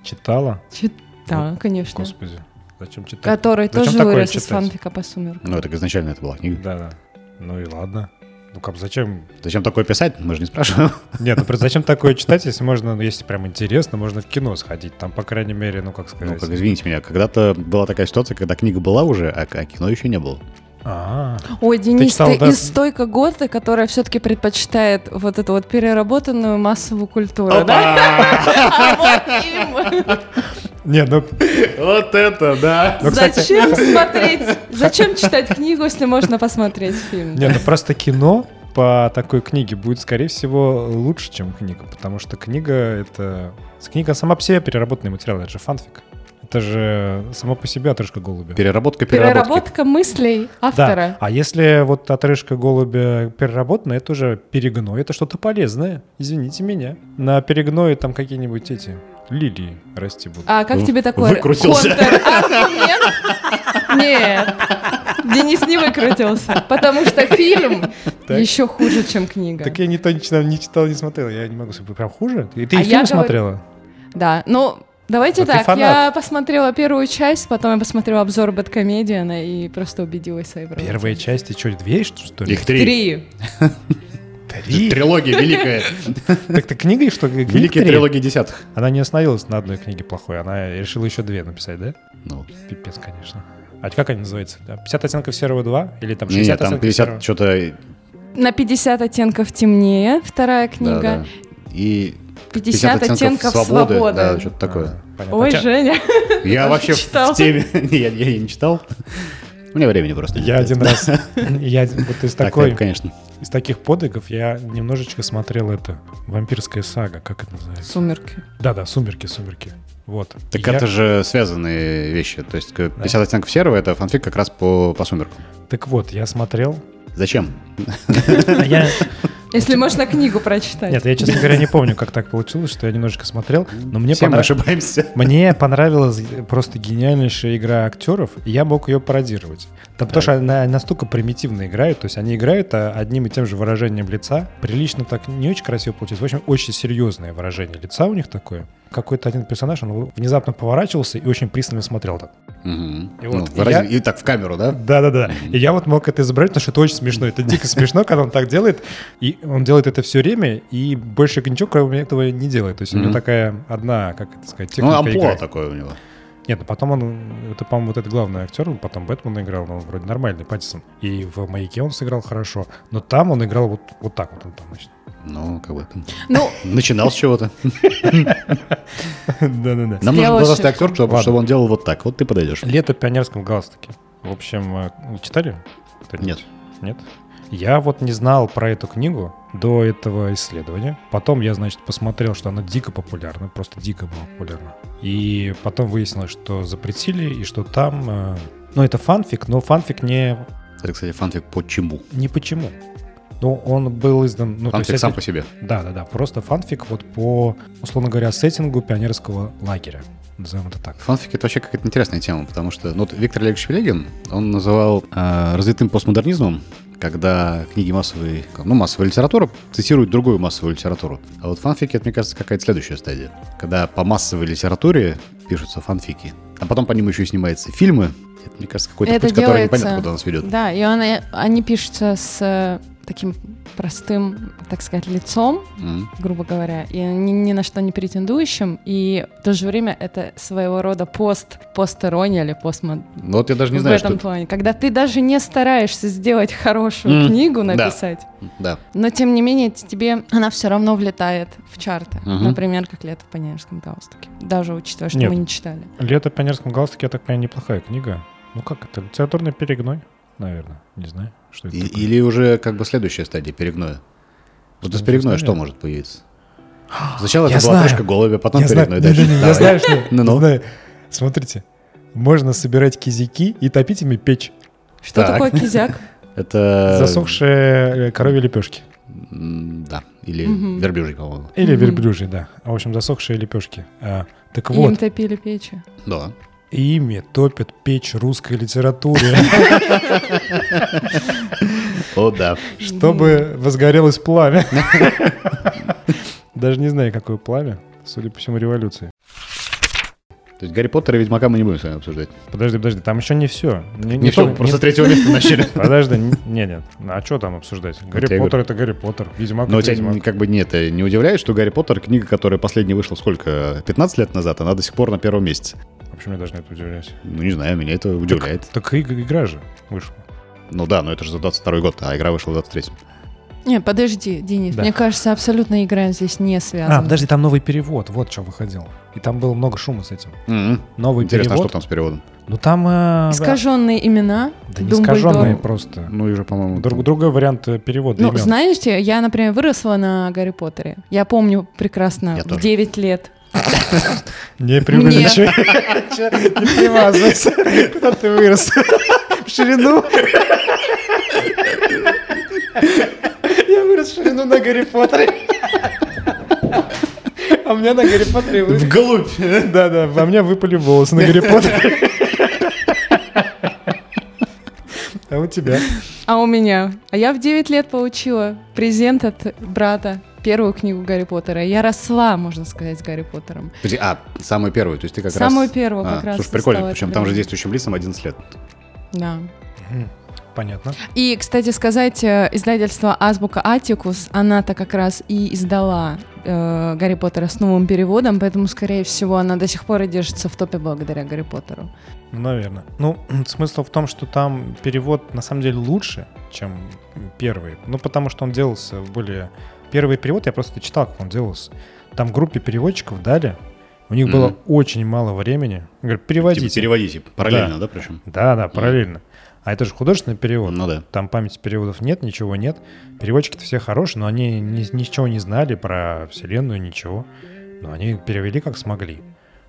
Speaker 3: Читала?
Speaker 1: Да, конечно.
Speaker 3: Господи, зачем читать?
Speaker 1: Который
Speaker 3: Зачем
Speaker 1: тоже
Speaker 3: такое
Speaker 1: вырос из
Speaker 3: читать?
Speaker 1: фанфика по сумеркам.
Speaker 2: Ну, это изначально это была книга.
Speaker 3: Да, да. Ну и ладно. Ну как, зачем?
Speaker 2: Зачем такое писать? Мы же не спрашиваем.
Speaker 3: Нет, ну просто зачем такое читать, если можно, ну, если прям интересно, можно в кино сходить. Там, по крайней мере, ну как
Speaker 2: Ну,
Speaker 3: сказать.
Speaker 2: как, извините меня, когда-то была такая ситуация, когда книга была уже, а, а кино еще не было.
Speaker 3: А,
Speaker 1: Ой, Денис,
Speaker 3: читал,
Speaker 1: ты,
Speaker 3: да?
Speaker 1: из той когорты, которая все-таки предпочитает вот эту вот переработанную массовую культуру, да? Им.
Speaker 3: не, ну,
Speaker 2: Вот это, да!
Speaker 3: ну, кстати,
Speaker 1: Зачем смотреть? Зачем читать книгу, если можно посмотреть фильм?
Speaker 3: не, ну просто кино по такой книге будет, скорее всего, лучше, чем книга, потому что книга — это... Книга сама по себе переработанный материал, это же фанфик. это же само по себе отрыжка голубя.
Speaker 2: Переработка переработки.
Speaker 1: Переработка мыслей
Speaker 3: Да.
Speaker 1: автора.
Speaker 3: А если вот отрыжка голубя переработана, это уже перегной, это что-то полезное. Извините меня. На перегное там какие-нибудь эти лилии расти будут.
Speaker 1: А как
Speaker 2: Ну,
Speaker 1: тебе такой
Speaker 2: выкрутился.
Speaker 1: контраргумент? Нет, Денис не выкрутился, потому что фильм
Speaker 3: Так.
Speaker 1: еще хуже, чем книга.
Speaker 3: Так я не то не читал, не, читал, не смотрел. Я не могу сказать, прям хуже. И ты
Speaker 1: А
Speaker 3: и фильм
Speaker 1: я говорю-
Speaker 3: смотрела?
Speaker 1: Да, ну давайте
Speaker 3: А ты
Speaker 1: так.
Speaker 3: фанат.
Speaker 1: Я посмотрела первую часть, потом я посмотрела обзор Бэткомедиана и просто убедилась в своей правоте.
Speaker 3: Первая часть, и что, две, что ли?
Speaker 2: Их три.
Speaker 1: Три.
Speaker 3: Три?
Speaker 2: Трилогия великая.
Speaker 3: Так ты книгой, что ли? Книг
Speaker 2: Великие
Speaker 3: три?
Speaker 2: трилогии десятых.
Speaker 3: Она не остановилась на одной книге плохой, она решила еще две написать, да?
Speaker 2: Ну,
Speaker 3: Пипец, конечно. А как они называются? Да, 50 оттенков серого 2? Или там 60
Speaker 2: не, там
Speaker 3: оттенков
Speaker 2: 50
Speaker 3: серого?
Speaker 2: что-то... э,
Speaker 1: На 50 оттенков темнее вторая
Speaker 2: Да,
Speaker 1: книга.
Speaker 2: да. И
Speaker 1: 50, оттенков свободы.
Speaker 2: Да, что-то такое.
Speaker 3: А, понятно.
Speaker 1: Ой,
Speaker 3: Хотя
Speaker 1: Женя.
Speaker 2: Я вообще в
Speaker 1: читал.
Speaker 2: теме... Не, Я я не читал. У меня времени просто не
Speaker 3: Я
Speaker 2: хватает.
Speaker 3: один раз, я один- вот из
Speaker 2: Так,
Speaker 3: такой,
Speaker 2: конечно.
Speaker 3: из таких подвигов я немножечко смотрел это, вампирская сага, как это называется?
Speaker 1: Сумерки.
Speaker 3: Да-да, сумерки, сумерки. Вот.
Speaker 2: Так
Speaker 3: Я-
Speaker 2: это же связанные вещи. То есть к 50 оттенков серого — это фанфик как раз по, по сумеркам.
Speaker 3: Так вот, я смотрел.
Speaker 2: Зачем?
Speaker 3: Я-
Speaker 1: Если можно книгу прочитать.
Speaker 3: Нет, я, честно говоря, не помню, как так получилось, что я немножечко смотрел, но мне
Speaker 2: Все мы
Speaker 3: понравилось.
Speaker 2: ошибаемся.
Speaker 3: Мне понравилась просто гениальнейшая игра актеров, и я мог ее пародировать. Да потому что она настолько примитивно играет, то есть они играют а, одним и тем же выражением лица. Прилично так не очень красиво получилось. В общем, очень серьезное выражение лица у них такое. Какой-то один персонаж, он внезапно поворачивался и очень пристально смотрел так.
Speaker 2: Мгм.
Speaker 3: И вот
Speaker 2: Ну, выразил-
Speaker 3: я-
Speaker 2: И так в камеру, да?
Speaker 3: Да-да-да. И я вот мог это изобразить, потому что это очень смешно. Это дико смешно, когда он так делает. И он делает это все время, и больше ничего, кроме этого, не делает. То есть у него
Speaker 2: Мгм.
Speaker 3: такая одна, как это сказать,
Speaker 2: Ну,
Speaker 3: техника
Speaker 2: амплуа
Speaker 3: игры.
Speaker 2: такое у него.
Speaker 3: Нет, ну потом он, это, по-моему, вот этот главный актер, он потом Бэтмена играл, но он вроде нормальный, Паттисон. И в «Маяке» он сыграл хорошо, но там он играл вот, вот так вот он там, значит.
Speaker 2: Ну, как бы там.
Speaker 1: Ну,
Speaker 2: Начинал с чего-то.
Speaker 3: Да-да-да.
Speaker 2: Нам нужен
Speaker 1: Сделал
Speaker 2: возрастный
Speaker 1: ошибку.
Speaker 2: актер, чтобы,
Speaker 3: Ладно.
Speaker 2: чтобы он делал вот так. Вот ты подойдешь.
Speaker 3: Лето в пионерском галстуке. В общем, э, вы читали? кто-нибудь?
Speaker 2: Нет.
Speaker 3: Нет? Я вот не знал про эту книгу до этого исследования. Потом я, значит, посмотрел, что она дико популярна, просто дико была популярна. И потом выяснилось, что запретили, и что там... э, Ну, это фанфик, но фанфик не
Speaker 2: Это, кстати, фанфик по чему?
Speaker 3: Не почему. Ну, он был издан... Ну, то
Speaker 2: Фанфик
Speaker 3: есть
Speaker 2: сам
Speaker 3: это-
Speaker 2: по себе.
Speaker 3: Да, да, да. Просто фанфик вот по, условно говоря, сеттингу пионерского лагеря. Назовем это так.
Speaker 2: Фанфик — это вообще какая-то интересная тема, потому что... Ну, вот Виктор Олегович Пелегин, он называл э, развитым постмодернизмом, когда книги массовой... Ну, массовая литература цитирует другую массовую литературу. А вот фанфики — это, мне кажется, какая-то следующая стадия. Когда по массовой литературе пишутся фанфики, а потом по ним еще и снимаются фильмы. Это, мне кажется, какой-то
Speaker 1: Это
Speaker 2: путь, который
Speaker 1: делается-
Speaker 2: непонятно, куда нас ведет.
Speaker 1: да, и он- э, они пишутся с э, таким простым, так сказать, лицом,
Speaker 2: Мгм.
Speaker 1: грубо говоря, и ни, ни на что не претендующим, и в то же время это своего рода пост, постерония или постмод...
Speaker 2: Ну, вот я даже не
Speaker 1: в
Speaker 2: знаю,
Speaker 1: этом
Speaker 2: что...
Speaker 1: плане, когда ты даже не стараешься сделать хорошую
Speaker 2: М,
Speaker 1: книгу,
Speaker 2: да.
Speaker 1: написать,
Speaker 2: Да.
Speaker 1: но тем не менее т- тебе она все равно влетает в чарты,
Speaker 2: Мгм.
Speaker 1: например, как «Лето в пионерском галстуке», даже учитывая, что
Speaker 3: Нет.
Speaker 1: мы не читали.
Speaker 3: «Лето в пионерском галстуке», я так понимаю, неплохая книга. Ну как это? Литературный перегной, наверное. Не знаю, что это
Speaker 2: И-
Speaker 3: такое.
Speaker 2: или уже как бы следующая стадия перегноя. Вот из
Speaker 3: не
Speaker 2: перегноя
Speaker 3: знаю.
Speaker 2: что может появиться? Сначала
Speaker 3: Я
Speaker 2: это была
Speaker 3: знаю.
Speaker 2: трешка голубя, потом
Speaker 3: Я знаю,
Speaker 2: перегной.
Speaker 3: не,
Speaker 2: дальше.
Speaker 3: не, не, я
Speaker 2: Давай.
Speaker 3: знаю, что...
Speaker 2: Ну, ну.
Speaker 3: я знаю. Смотрите, можно собирать кизяки и топить ими печь.
Speaker 1: Что
Speaker 2: Так.
Speaker 1: такое кизяк?
Speaker 2: Это...
Speaker 3: Засохшие э, коровьи лепешки.
Speaker 2: М, Да, или
Speaker 1: Мгм.
Speaker 2: верблюжий, по-моему.
Speaker 3: Или
Speaker 1: Мгм.
Speaker 3: верблюжьи, да. А, В общем, засохшие лепешки. А, так
Speaker 1: И
Speaker 3: вот,
Speaker 1: Им топили печи.
Speaker 2: Да.
Speaker 3: ими топят печь русской литературы.
Speaker 2: О, да.
Speaker 3: чтобы возгорелось пламя. Даже не знаю, какое пламя. Судя по всему, революции.
Speaker 2: То есть Гарри Поттера и Ведьмака мы не будем с вами обсуждать.
Speaker 3: Подожди, подожди, там еще не все. Не, не
Speaker 2: Ничего,
Speaker 3: то-
Speaker 2: просто
Speaker 3: не-
Speaker 2: с третьего места начали.
Speaker 3: Подожди, не, нет. А что там обсуждать? Гарри
Speaker 2: я и
Speaker 3: Поттер
Speaker 2: говорю.
Speaker 3: это Гарри Поттер. Ведьмак
Speaker 2: Но
Speaker 3: это
Speaker 2: тебя
Speaker 3: Ведьмак.
Speaker 2: не- как бы не это не удивляет, что Гарри Поттер, книга, которая последняя вышла сколько, 15 лет назад, она до сих пор на первом месте.
Speaker 3: Вообще меня даже на это удивлять.
Speaker 2: Ну, не знаю, меня это удивляет.
Speaker 3: Так и иг- игра же вышла.
Speaker 2: Ну да, но это же за 22 год, а игра вышла в 23
Speaker 1: Не, подожди, Денис,
Speaker 3: Да.
Speaker 1: мне кажется, абсолютно игра здесь не связана.
Speaker 3: А, подожди, там новый перевод, вот что выходил. И там было много шума с этим.
Speaker 2: Мгм.
Speaker 3: Новый
Speaker 2: Интересно, а что
Speaker 3: перевод.
Speaker 2: там с переводом?
Speaker 3: Ну там... э,
Speaker 1: Искаженные имена.
Speaker 3: Да не
Speaker 1: Думблдор.
Speaker 3: искаженные просто.
Speaker 2: Ну, и уже, по-моему...
Speaker 3: Друг, другой вариант э, перевода
Speaker 1: Ну,
Speaker 3: имён.
Speaker 1: знаете, я, например, выросла на Гарри Поттере. Я помню прекрасно
Speaker 2: Я
Speaker 1: в
Speaker 2: тоже.
Speaker 1: 9 лет
Speaker 3: Не преувеличивай. Не примазывайся. Куда ты вырос? В ширину? Я вырос в ширину на Гарри Поттере. А у меня на Гарри Поттере вы...
Speaker 2: Голубь!
Speaker 3: Да-да, во мне выпали волосы на Гарри Поттере. А у тебя?
Speaker 1: А у меня? А я в 9 лет получила презент от брата первую книгу Гарри Поттера. Я росла, можно сказать, с Гарри Поттером.
Speaker 2: Подожди, а, самую первую, то есть ты как раз...
Speaker 1: Самую первую как
Speaker 2: А,
Speaker 1: раз
Speaker 2: Слушай, прикольно,
Speaker 1: стала
Speaker 2: причем
Speaker 1: это
Speaker 2: там же
Speaker 1: делать.
Speaker 2: действующим лицам 11 лет.
Speaker 1: Да.
Speaker 3: Понятно.
Speaker 1: И, кстати сказать, э, издательство «Азбука Атикус», она-то как раз и издала э, Гарри Поттера с новым переводом, поэтому, скорее всего, она до сих пор и держится в топе благодаря Гарри Поттеру.
Speaker 3: Наверное. Ну, смысл в том, что там перевод на самом деле лучше, чем первый. Ну, потому что он делался в более... Первый перевод я просто читал, как он делался. Там группе переводчиков дали, у них было
Speaker 2: Мгм.
Speaker 3: очень мало времени. Говорят,
Speaker 2: Типа
Speaker 3: переводите.
Speaker 2: переводите, параллельно, да, причем?
Speaker 3: Да, да, параллельно. А это же художественный перевод.
Speaker 2: Ну да.
Speaker 3: Там памяти переводов нет, ничего нет. Переводчики-то все хорошие, но они ни- ничего не знали про Вселенную, ничего. Но они перевели как смогли.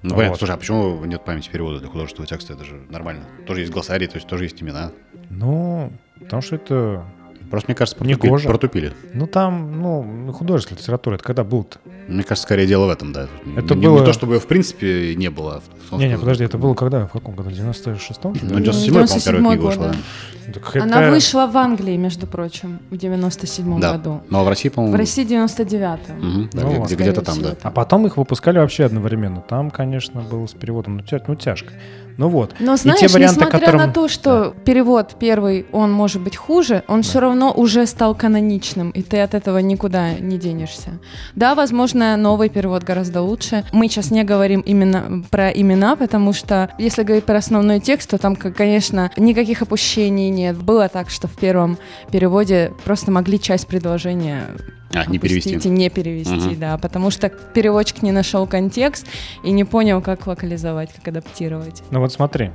Speaker 2: Ну понятно,
Speaker 3: Вот.
Speaker 2: слушай, а почему нет памяти перевода для художественного текста? Это же нормально. Тоже есть глоссарий, то есть тоже есть имена.
Speaker 3: Ну, потому что это
Speaker 2: Просто, мне кажется,
Speaker 3: Не
Speaker 2: протупили.
Speaker 3: кожа.
Speaker 2: протупили.
Speaker 3: Ну там, ну, художественная литература, это когда был-то?
Speaker 2: Мне кажется, скорее дело в этом, да. Тут
Speaker 3: Это
Speaker 2: не, не
Speaker 3: было-
Speaker 2: то, чтобы ее в принципе не было. в том,
Speaker 3: Не-не,
Speaker 2: что-
Speaker 3: подожди, это было когда? В каком году? В 96-м?
Speaker 2: Ну, 97-й, по-моему,
Speaker 1: 97-й
Speaker 2: первая книга
Speaker 1: год,
Speaker 2: вышла.
Speaker 1: да.
Speaker 2: да.
Speaker 3: Да какая-
Speaker 1: Она вышла в Англии, между прочим, в 97-м
Speaker 2: Да.
Speaker 1: году.
Speaker 2: Ну а в России,
Speaker 1: В
Speaker 2: по-моему...
Speaker 1: России 99-м.
Speaker 2: Мгм, да,
Speaker 3: Ну,
Speaker 2: где-
Speaker 3: вот.
Speaker 2: где- где-то
Speaker 1: Скорее
Speaker 2: там,
Speaker 1: всего,
Speaker 2: да.
Speaker 1: так.
Speaker 3: А потом их выпускали вообще одновременно. Там, конечно, было с переводом, ну, тя- ну тяжко. Ну вот.
Speaker 1: Но знаешь,
Speaker 3: варианты,
Speaker 1: несмотря
Speaker 3: которым-
Speaker 1: на то, что перевод первый, он может быть хуже, он все равно уже стал каноничным, и ты от этого никуда не денешься. Да, возможно, новый перевод гораздо лучше. Мы сейчас не говорим именно про имена, потому что если говорить про основной текст, то там, к- конечно, никаких опущений нет. Было так, что в первом переводе просто могли часть предложения
Speaker 2: А, не
Speaker 1: опустить и
Speaker 2: перевести.
Speaker 1: не перевести,
Speaker 2: Мгм.
Speaker 1: да, потому что переводчик не нашел контекст и не понял, как локализовать, как адаптировать.
Speaker 3: Ну вот смотри.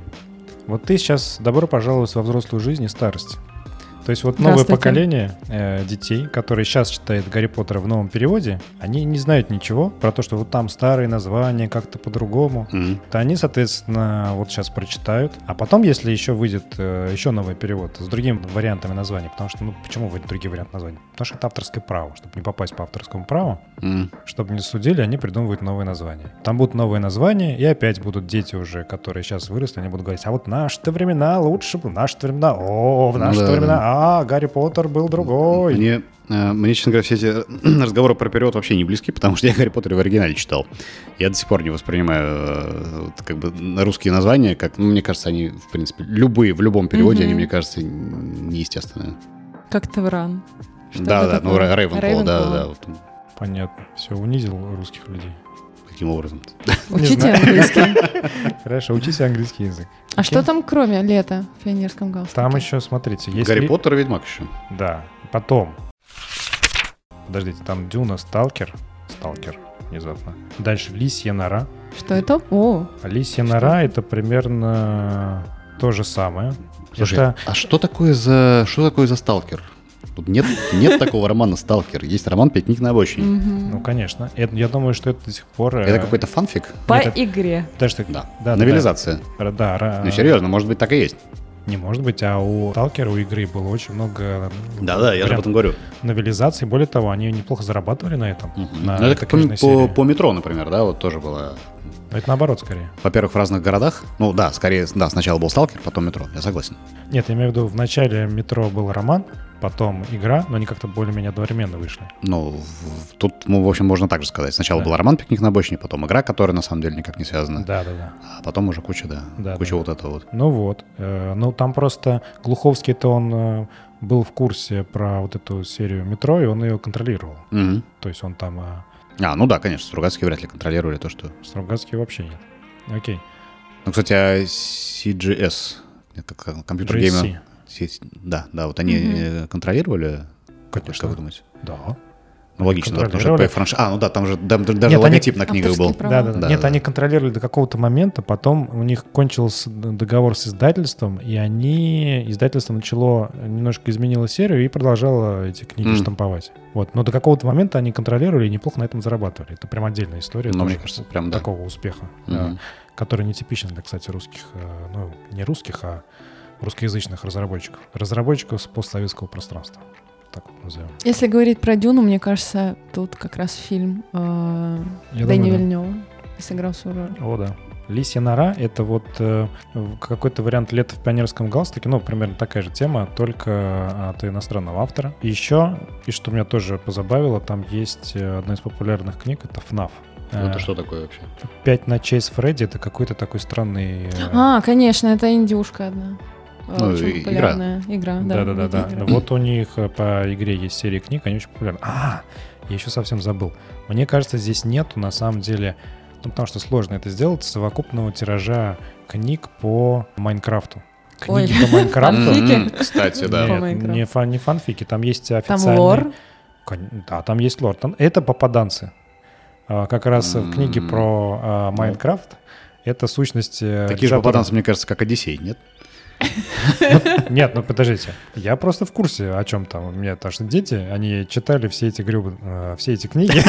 Speaker 3: Вот ты сейчас добро пожаловать во взрослую жизнь и старость. То есть вот новое
Speaker 1: Здравствуйте.
Speaker 3: поколение э, детей, которые сейчас читают Гарри Поттера в новом переводе, они не знают ничего про то, что вот там старые названия как-то по-другому.
Speaker 2: Мгм.
Speaker 3: то они, соответственно, вот сейчас прочитают. А потом, если еще выйдет э, еще новый перевод с другими вариантами названий, потому что, ну, почему выйдет другие варианты названий? Потому что это авторское право. Чтобы не попасть по авторскому праву,
Speaker 2: Мгм.
Speaker 3: чтобы не судили, они придумывают новые названия. Там будут новые названия, и опять будут дети уже, которые сейчас выросли, они будут говорить, а вот наши-то времена лучше был, наши-то времена, о, в
Speaker 2: Ну
Speaker 3: наши-то
Speaker 2: да, да.
Speaker 3: времена, а, Гарри Поттер был другой.
Speaker 2: Мне, э, мне, честно говоря, все эти разговоры про перевод вообще не близки, потому что я Гарри Поттер в оригинале читал. Я до сих пор не воспринимаю э, вот как бы на русские названия, как, ну, мне кажется, они, в принципе, любые, в любом переводе, они,
Speaker 1: Мгм.
Speaker 2: мне кажется, н- неестественные.
Speaker 1: Как Тавран. Что
Speaker 2: Да,
Speaker 1: это
Speaker 2: да, ну,
Speaker 1: такое?
Speaker 2: Рэ- Рейвенпол, да,
Speaker 1: Рейвенпол.
Speaker 2: да, вот, м,
Speaker 3: Понятно, все, унизил русских людей.
Speaker 2: каким образом.
Speaker 1: Учите
Speaker 3: знаю.
Speaker 1: английский.
Speaker 3: Хорошо, учите английский язык.
Speaker 1: А что там, кроме лета в пионерском галстуке?
Speaker 3: Там еще, смотрите, есть...
Speaker 2: Гарри
Speaker 3: ли-
Speaker 2: Поттер и Ведьмак еще.
Speaker 3: Да, потом. Подождите, там Дюна, Сталкер. Сталкер, внезапно. Дальше Лисья нора.
Speaker 1: Что это? О,
Speaker 3: Лисья
Speaker 1: Что
Speaker 3: нора это примерно то же самое.
Speaker 2: Слушай,
Speaker 3: это
Speaker 2: а что такое за что такое за сталкер? Тут нет, нет такого романа «Сталкер». Есть роман «Пять книг на обочине».
Speaker 1: мгм.
Speaker 3: ну, конечно. Это- я думаю, что это до сих пор... э,
Speaker 2: Это какой-то фанфик?
Speaker 1: по
Speaker 3: это-
Speaker 1: игре.
Speaker 3: Подожди,
Speaker 2: Да.
Speaker 3: да,
Speaker 2: Новелизация.
Speaker 3: Да, да, ра-
Speaker 2: Ну, серьезно, может быть, так и есть.
Speaker 3: Не может быть, а у Сталкера, у игры было очень много... ну,
Speaker 2: Да-да, я же
Speaker 3: прям
Speaker 2: об этом говорю.
Speaker 3: Новелизаций. Более того, они неплохо зарабатывали на этом. на
Speaker 2: Ну, это
Speaker 3: этой
Speaker 2: как
Speaker 3: книжной
Speaker 2: по,
Speaker 3: серии.
Speaker 2: по метро, например, да, вот тоже было.
Speaker 3: Но это наоборот, скорее.
Speaker 2: Во-первых, в разных городах. Ну да, скорее, да, сначала был сталкер, потом метро. Я согласен.
Speaker 3: Нет, я имею в виду, в начале метро был роман, потом игра, но они как-то более-менее одновременно вышли.
Speaker 2: Ну, в- в- тут, ну, в общем, можно так же сказать. Сначала
Speaker 3: Да.
Speaker 2: был роман «Пикник на обочине», потом игра, которая на самом деле никак не связана.
Speaker 3: Да, да, да.
Speaker 2: А потом уже куча, да,
Speaker 3: Да,
Speaker 2: куча
Speaker 3: да.
Speaker 2: вот этого вот.
Speaker 3: Ну вот. э, Ну там просто Глуховский-то он э, был в курсе про вот эту серию метро, и он ее контролировал.
Speaker 2: Мгм.
Speaker 3: То есть он там... э,
Speaker 2: А, ну да, конечно, Стругацкие вряд ли контролировали то, что...
Speaker 3: Стругацкий вообще нет. Окей.
Speaker 2: Ну, кстати, а CGS, это как компьютер
Speaker 3: GSC.
Speaker 2: гейма. Сеть- Да, да, вот они
Speaker 1: Мгм.
Speaker 2: э, контролировали, как
Speaker 3: Конечно.
Speaker 2: вы думаете?
Speaker 3: Да.
Speaker 2: Ну, логично, да, потому что
Speaker 3: контролировали.
Speaker 2: это франш... А, ну да, там же дам- даже
Speaker 3: Нет,
Speaker 2: логотип на книгах
Speaker 1: Авторские
Speaker 2: был.
Speaker 1: права.
Speaker 3: Да, да, да.
Speaker 2: Да,
Speaker 3: Нет,
Speaker 2: да,
Speaker 3: они контролировали до какого-то момента, потом у них кончился д- договор с издательством, и они издательство начало немножко изменило серию и продолжало эти книги
Speaker 2: М.
Speaker 3: штамповать. Вот, но до какого-то момента они контролировали и неплохо на этом зарабатывали. Это прям отдельная история.
Speaker 2: Но
Speaker 3: тоже
Speaker 2: Ну, мне кажется, прям да.
Speaker 3: такого успеха,
Speaker 2: Мгм.
Speaker 3: э, который нетипичен для, кстати, русских, э, ну не русских, а русскоязычных разработчиков, разработчиков с постсоветского пространства. Так вот назовем.
Speaker 1: Если говорить про Дюну, мне кажется, тут как раз фильм э,
Speaker 3: Я
Speaker 1: Дэни
Speaker 3: думаю, да.
Speaker 1: Вильнёва сыграл свою роль.
Speaker 3: О, да. Лисья нора — это вот э, в- какой-то вариант лета в пионерском галстуке, ну, примерно такая же тема, только а, от иностранного автора. И еще, и что меня тоже позабавило, там есть э, одна из популярных книг — это «ФНАФ».
Speaker 2: Ну,
Speaker 3: Э,
Speaker 2: это что такое вообще?
Speaker 3: «Пять ночей с Фредди» — это какой-то такой странный... э,
Speaker 1: А, конечно, это индюшка одна. Э,
Speaker 2: Ну,
Speaker 1: очень
Speaker 2: и- игра.
Speaker 1: популярная игра. да.
Speaker 3: Да-да-да-да. Ну,
Speaker 1: видеоигра.
Speaker 3: Вот у них э, по игре есть серия книг, они очень популярны. А, я еще совсем забыл. Мне кажется, здесь нету на самом деле, ну потому что сложно это сделать, совокупного тиража книг по Майнкрафту.
Speaker 1: Ой.
Speaker 3: Книги по Майнкрафту.
Speaker 1: Фанфики?
Speaker 2: М, Кстати,
Speaker 1: По
Speaker 2: да.
Speaker 1: Нет.
Speaker 3: Нет,
Speaker 1: Майнкрафту.
Speaker 3: не, фан, не фанфики, там есть
Speaker 1: Там
Speaker 3: официальные...
Speaker 1: лор.
Speaker 3: Кон- Да, там есть лор. Там- Это попаданцы. А, Как раз в книге
Speaker 2: М.
Speaker 3: про а, Майнкрафт это сущность... э,
Speaker 2: Такие же попаданцы, мне кажется, как Одиссей, нет?
Speaker 3: Нет, ну подождите. Я просто в курсе, о чем там. У меня тоже дети, они читали все эти гребы, все эти книги.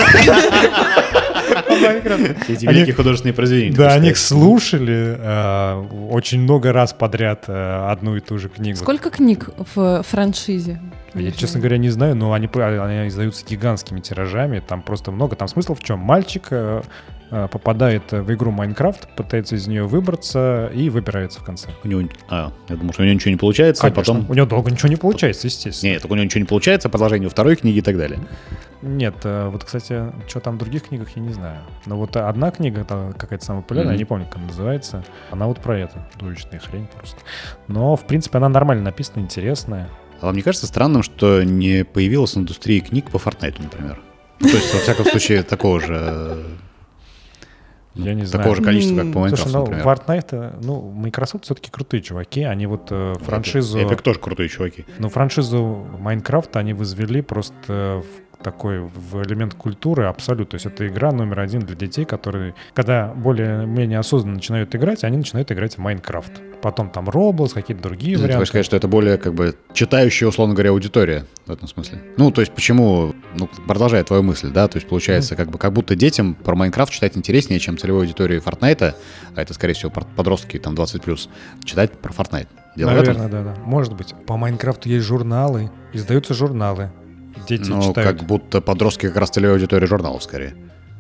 Speaker 2: Все эти
Speaker 3: Они-
Speaker 2: великие художественные произведения.
Speaker 3: Да,
Speaker 2: ты
Speaker 3: они их
Speaker 2: считаешь?
Speaker 3: слушали э, очень много раз подряд э, одну и ту же книгу.
Speaker 1: Сколько книг в франшизе?
Speaker 3: Я, честно говоря, не знаю, но они, п- они издаются гигантскими тиражами, там просто много. Там смысл в чем? Мальчик э, э, попадает в игру Майнкрафт, пытается из нее выбраться и выбирается в конце.
Speaker 2: У него... А, я думал, что у него ничего не получается, а
Speaker 3: Конечно,
Speaker 2: потом...
Speaker 3: У него долго ничего не получается, естественно.
Speaker 2: Нет, так у него ничего не получается, продолжение у второй книги и так далее.
Speaker 3: Нет, э, вот, кстати, что там в других книгах, я не знаю. Но вот одна книга, там какая-то самая популярная, я
Speaker 2: Мгм.
Speaker 3: не помню, как она называется. Она вот про это. Дурочная хрень просто. Но, в принципе, она нормально написана, интересная.
Speaker 2: А вам не кажется странным, что не появилась индустрия книг по Фортнайту, например? Ну, то есть, во всяком случае, такого же... э,
Speaker 3: Я не знаю.
Speaker 2: Такого же количества, как по
Speaker 1: М,
Speaker 2: Майнкрафту,
Speaker 3: Слушай, ну,
Speaker 2: например.
Speaker 3: Fortnite, ну, Microsoft все-таки крутые чуваки. Они вот э, франшизу...
Speaker 2: Эпик тоже крутые чуваки.
Speaker 3: Ну, франшизу Майнкрафта они возвели просто в такой в элемент культуры абсолют. То есть это игра номер один для детей, которые, когда более-менее осознанно начинают играть, они начинают играть в Майнкрафт. Потом там Роблс, какие-то другие
Speaker 2: Ты хочешь
Speaker 3: варианты.
Speaker 2: сказать, что это более, как бы, читающая, условно говоря, аудитория в этом смысле? Ну, то есть, почему... Ну, продолжая твою мысль, да, то есть, получается, как бы, как будто детям про Майнкрафт читать интереснее, чем целевой аудитории Фортнайта, а это, скорее всего, пор- подростки, там, 20+, читать про Фортнайт. Дело в этом?
Speaker 3: Наверное, да, да. Может быть. По Майнкрафту есть журналы, издаются журналы. Дети
Speaker 2: Ну,
Speaker 3: читают.
Speaker 2: как будто подростки как раз целевой аудитории журналов, скорее.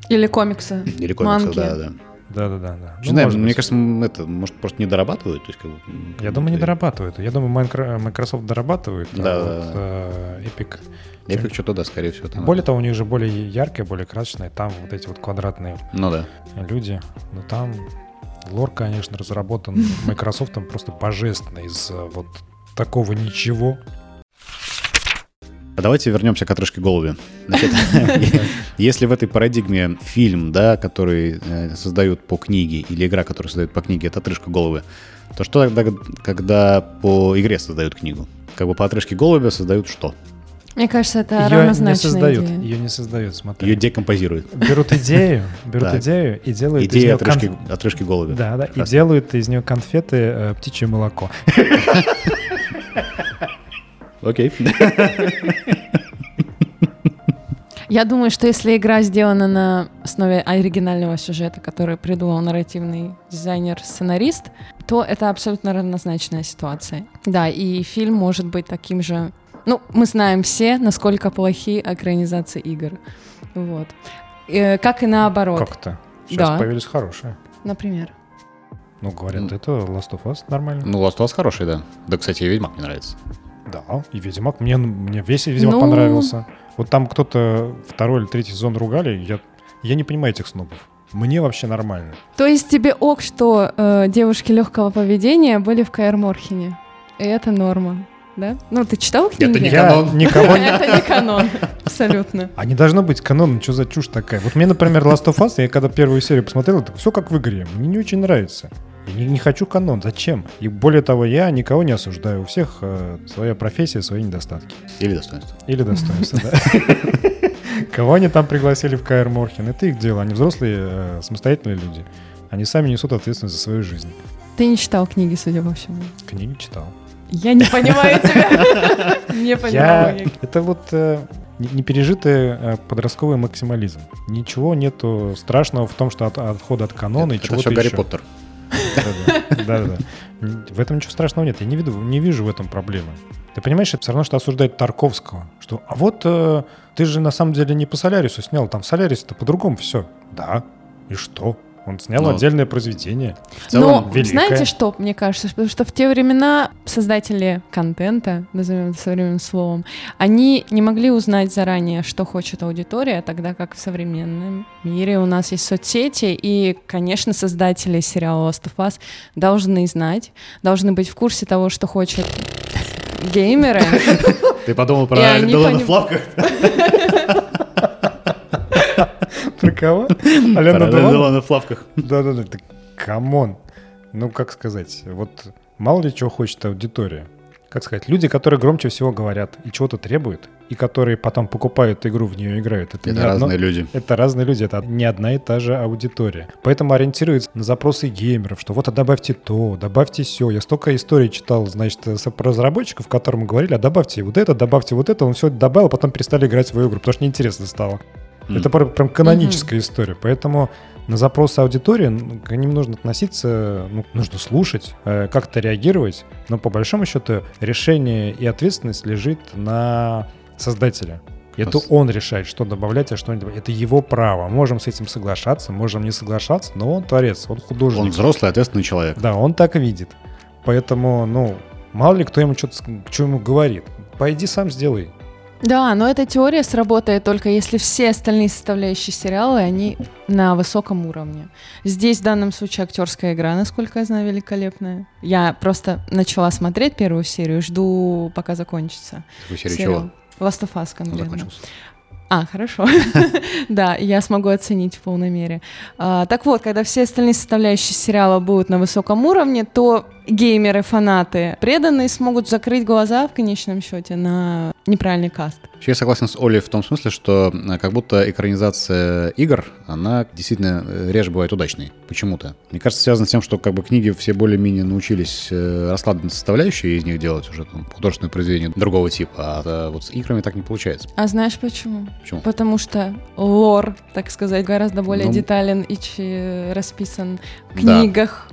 Speaker 1: Или комиксы.
Speaker 2: Или комиксов,
Speaker 1: Манги.
Speaker 2: да, да.
Speaker 3: Да, да, да, да.
Speaker 2: Не знаю,
Speaker 3: Ну, может
Speaker 2: мне
Speaker 3: быть.
Speaker 2: кажется, м, это, может, просто не дорабатывают? То есть, как бы, м,
Speaker 3: Я думаю, не
Speaker 2: как
Speaker 3: дорабатывают. Я думаю, Майнкра- Microsoft дорабатывает, а
Speaker 2: Да,
Speaker 3: вот,
Speaker 2: да, да.
Speaker 3: э, Epic
Speaker 2: будто Эпик что-то, да, скорее всего. Там
Speaker 3: Более того, у них же более яркие, более красочные. Там вот эти вот квадратные
Speaker 2: Ну да.
Speaker 3: люди. Но там лор, конечно, разработан Microsoft просто божественно из э, вот такого ничего.
Speaker 2: А давайте вернемся к отрыжке голуби. Значит, если в этой парадигме фильм, да, который э, создают по книге, или игра, которую создают по книге, это отрыжка голуби, то что тогда, когда по игре создают книгу? Как бы по отрыжке голубя создают что?
Speaker 1: Мне кажется, это
Speaker 3: Ее не
Speaker 1: равнозначная
Speaker 3: создают.
Speaker 1: идея.
Speaker 3: Ее не создают, смотри.
Speaker 2: Ее декомпозируют.
Speaker 3: Берут идею, берут
Speaker 2: Так.
Speaker 3: идею и делают из
Speaker 2: Идея
Speaker 3: нее конф-
Speaker 2: отрыжки, отрыжки голубя.
Speaker 3: Да, да, и
Speaker 2: Прекрасно.
Speaker 3: делают из нее конфеты э, птичье молоко.
Speaker 2: Окей.
Speaker 1: Я думаю, что если игра сделана на основе оригинального сюжета, который придумал нарративный дизайнер-сценарист, то это абсолютно равнозначная ситуация. Да, и фильм может быть таким же... Ну, мы знаем все, насколько плохи экранизации игр. Вот. Э, как и наоборот.
Speaker 3: Как-то. Сейчас
Speaker 1: Да.
Speaker 3: появились хорошие.
Speaker 1: Например.
Speaker 3: Ну, говорят,
Speaker 2: Ну.
Speaker 3: это Last of Us нормально.
Speaker 2: Ну, Last of Us хороший, да. Да, кстати, и Ведьмак мне нравится.
Speaker 3: Да, и Ведьмак, мне, мне весь Ведьмак
Speaker 1: Ну.
Speaker 3: понравился. Вот там кто-то второй или третий сезон ругали, я, я не понимаю этих снобов. Мне вообще нормально.
Speaker 1: То есть тебе ок, что э, девушки легкого поведения были в Каэр Морхене. И это норма, да? Ну, ты читал книги?
Speaker 2: не
Speaker 3: я
Speaker 2: канон.
Speaker 3: никого не...
Speaker 1: Это не канон, абсолютно.
Speaker 3: А не должно быть канон, что за чушь такая? Вот мне, например, Last of Us, я когда первую серию посмотрел, так все как в игре, мне не очень нравится. Я не, не хочу канон, зачем? И более того, я никого не осуждаю, у всех э, своя профессия, свои недостатки.
Speaker 2: Или достоинство.
Speaker 3: Или достоинства, да. Кого они там пригласили в КР Морхен? Это их дело. Они взрослые, э, самостоятельные люди. Они сами несут ответственность за свою жизнь.
Speaker 1: Ты не читал книги, судя по всему.
Speaker 3: Книги читал.
Speaker 1: Я не понимаю тебя. Не
Speaker 3: Я...
Speaker 1: понимаю.
Speaker 3: Это вот э, не- непережитый э, подростковый максимализм. Ничего нету страшного в том, что от, отхода от канона Ну, и
Speaker 2: Это
Speaker 3: чего-то
Speaker 2: все Гарри
Speaker 3: еще.
Speaker 2: Поттер.
Speaker 3: Да-да. В этом ничего страшного нет. Я не вижу, не вижу в этом проблемы. Ты понимаешь, это все равно, что осуждать Тарковского. Что, а вот э, ты же на самом деле не по Солярису снял, там в Солярисе-то по-другому все. Да, и что? Он снял
Speaker 2: Ну,
Speaker 3: отдельное произведение.
Speaker 2: В целом,
Speaker 1: Но
Speaker 3: великая.
Speaker 1: Ну, знаете что, мне кажется, потому что в те времена создатели контента, назовем это современным словом, они не могли узнать заранее, что хочет аудитория, тогда как в современном мире у нас есть соцсети, и, конечно, создатели сериала Last of Us должны знать, должны быть в курсе того, что хочет геймеры.
Speaker 2: ты подумал
Speaker 1: И
Speaker 2: про
Speaker 1: они
Speaker 2: Алена
Speaker 1: поним-
Speaker 2: в лапках?
Speaker 3: Про кого?
Speaker 2: Про
Speaker 3: Алена Делон?
Speaker 2: Алена в лапках.
Speaker 3: Да-да-да, так камон. Ну, как сказать, вот мало ли чего хочет аудитория. Как сказать, люди, которые громче всего говорят и чего-то требуют, и которые потом покупают игру, в нее играют, это, не ну,
Speaker 2: Это
Speaker 3: одно-
Speaker 2: разные люди.
Speaker 3: Это разные люди, это не одна и та же аудитория. Поэтому ориентируется на запросы геймеров, что вот а добавьте то, добавьте все. Я столько историй читал, значит, э, с- про разработчиков, которым говорили, а добавьте вот это, добавьте вот это. Он все это добавил, а потом перестали играть в свою игру, потому что неинтересно стало.
Speaker 2: М.
Speaker 3: Это пр- прям каноническая история. Поэтому на запросы аудитории ну, к ним нужно относиться, ну, нужно слушать, э, как-то реагировать. Но по большому счету решение и ответственность лежит на создателя. Это
Speaker 2: Класс.
Speaker 3: он решает, что добавлять, а что не добавлять. Это его право. Можем с этим соглашаться, можем не соглашаться, но он творец, он художник.
Speaker 2: Он взрослый, ответственный человек.
Speaker 3: Да, он так и видит. Поэтому, ну, мало ли кто ему что ему говорит. Пойди сам сделай.
Speaker 1: Да, но эта теория сработает только если все остальные составляющие сериала, они на высоком уровне. Здесь в данном случае актерская игра, насколько я знаю, великолепная. Я просто начала смотреть первую серию, жду, пока закончится.
Speaker 2: Такую серию
Speaker 1: сериал.
Speaker 2: чего?
Speaker 1: Last of Us
Speaker 2: Он
Speaker 1: конкретно.
Speaker 2: закончился.
Speaker 1: А, хорошо. Да, я смогу оценить в полной мере. А, Так вот, когда все остальные составляющие сериала будут на высоком уровне, то геймеры, фанаты, преданные смогут закрыть глаза в конечном счете на неправильный каст.
Speaker 2: Вообще, я согласен с Олей в том смысле, что э, как будто экранизация игр, она действительно э, реже бывает удачной. Почему-то. Мне кажется, связано с тем, что как бы книги все более-менее научились э, раскладывать составляющие и из них делать уже там, художественные произведения другого типа. А э, вот с играми так не получается.
Speaker 1: А знаешь почему?
Speaker 2: Почему?
Speaker 1: Потому что лор, так сказать, гораздо более
Speaker 2: Ну,
Speaker 1: детален и чи- расписан в
Speaker 2: Да.
Speaker 1: книгах.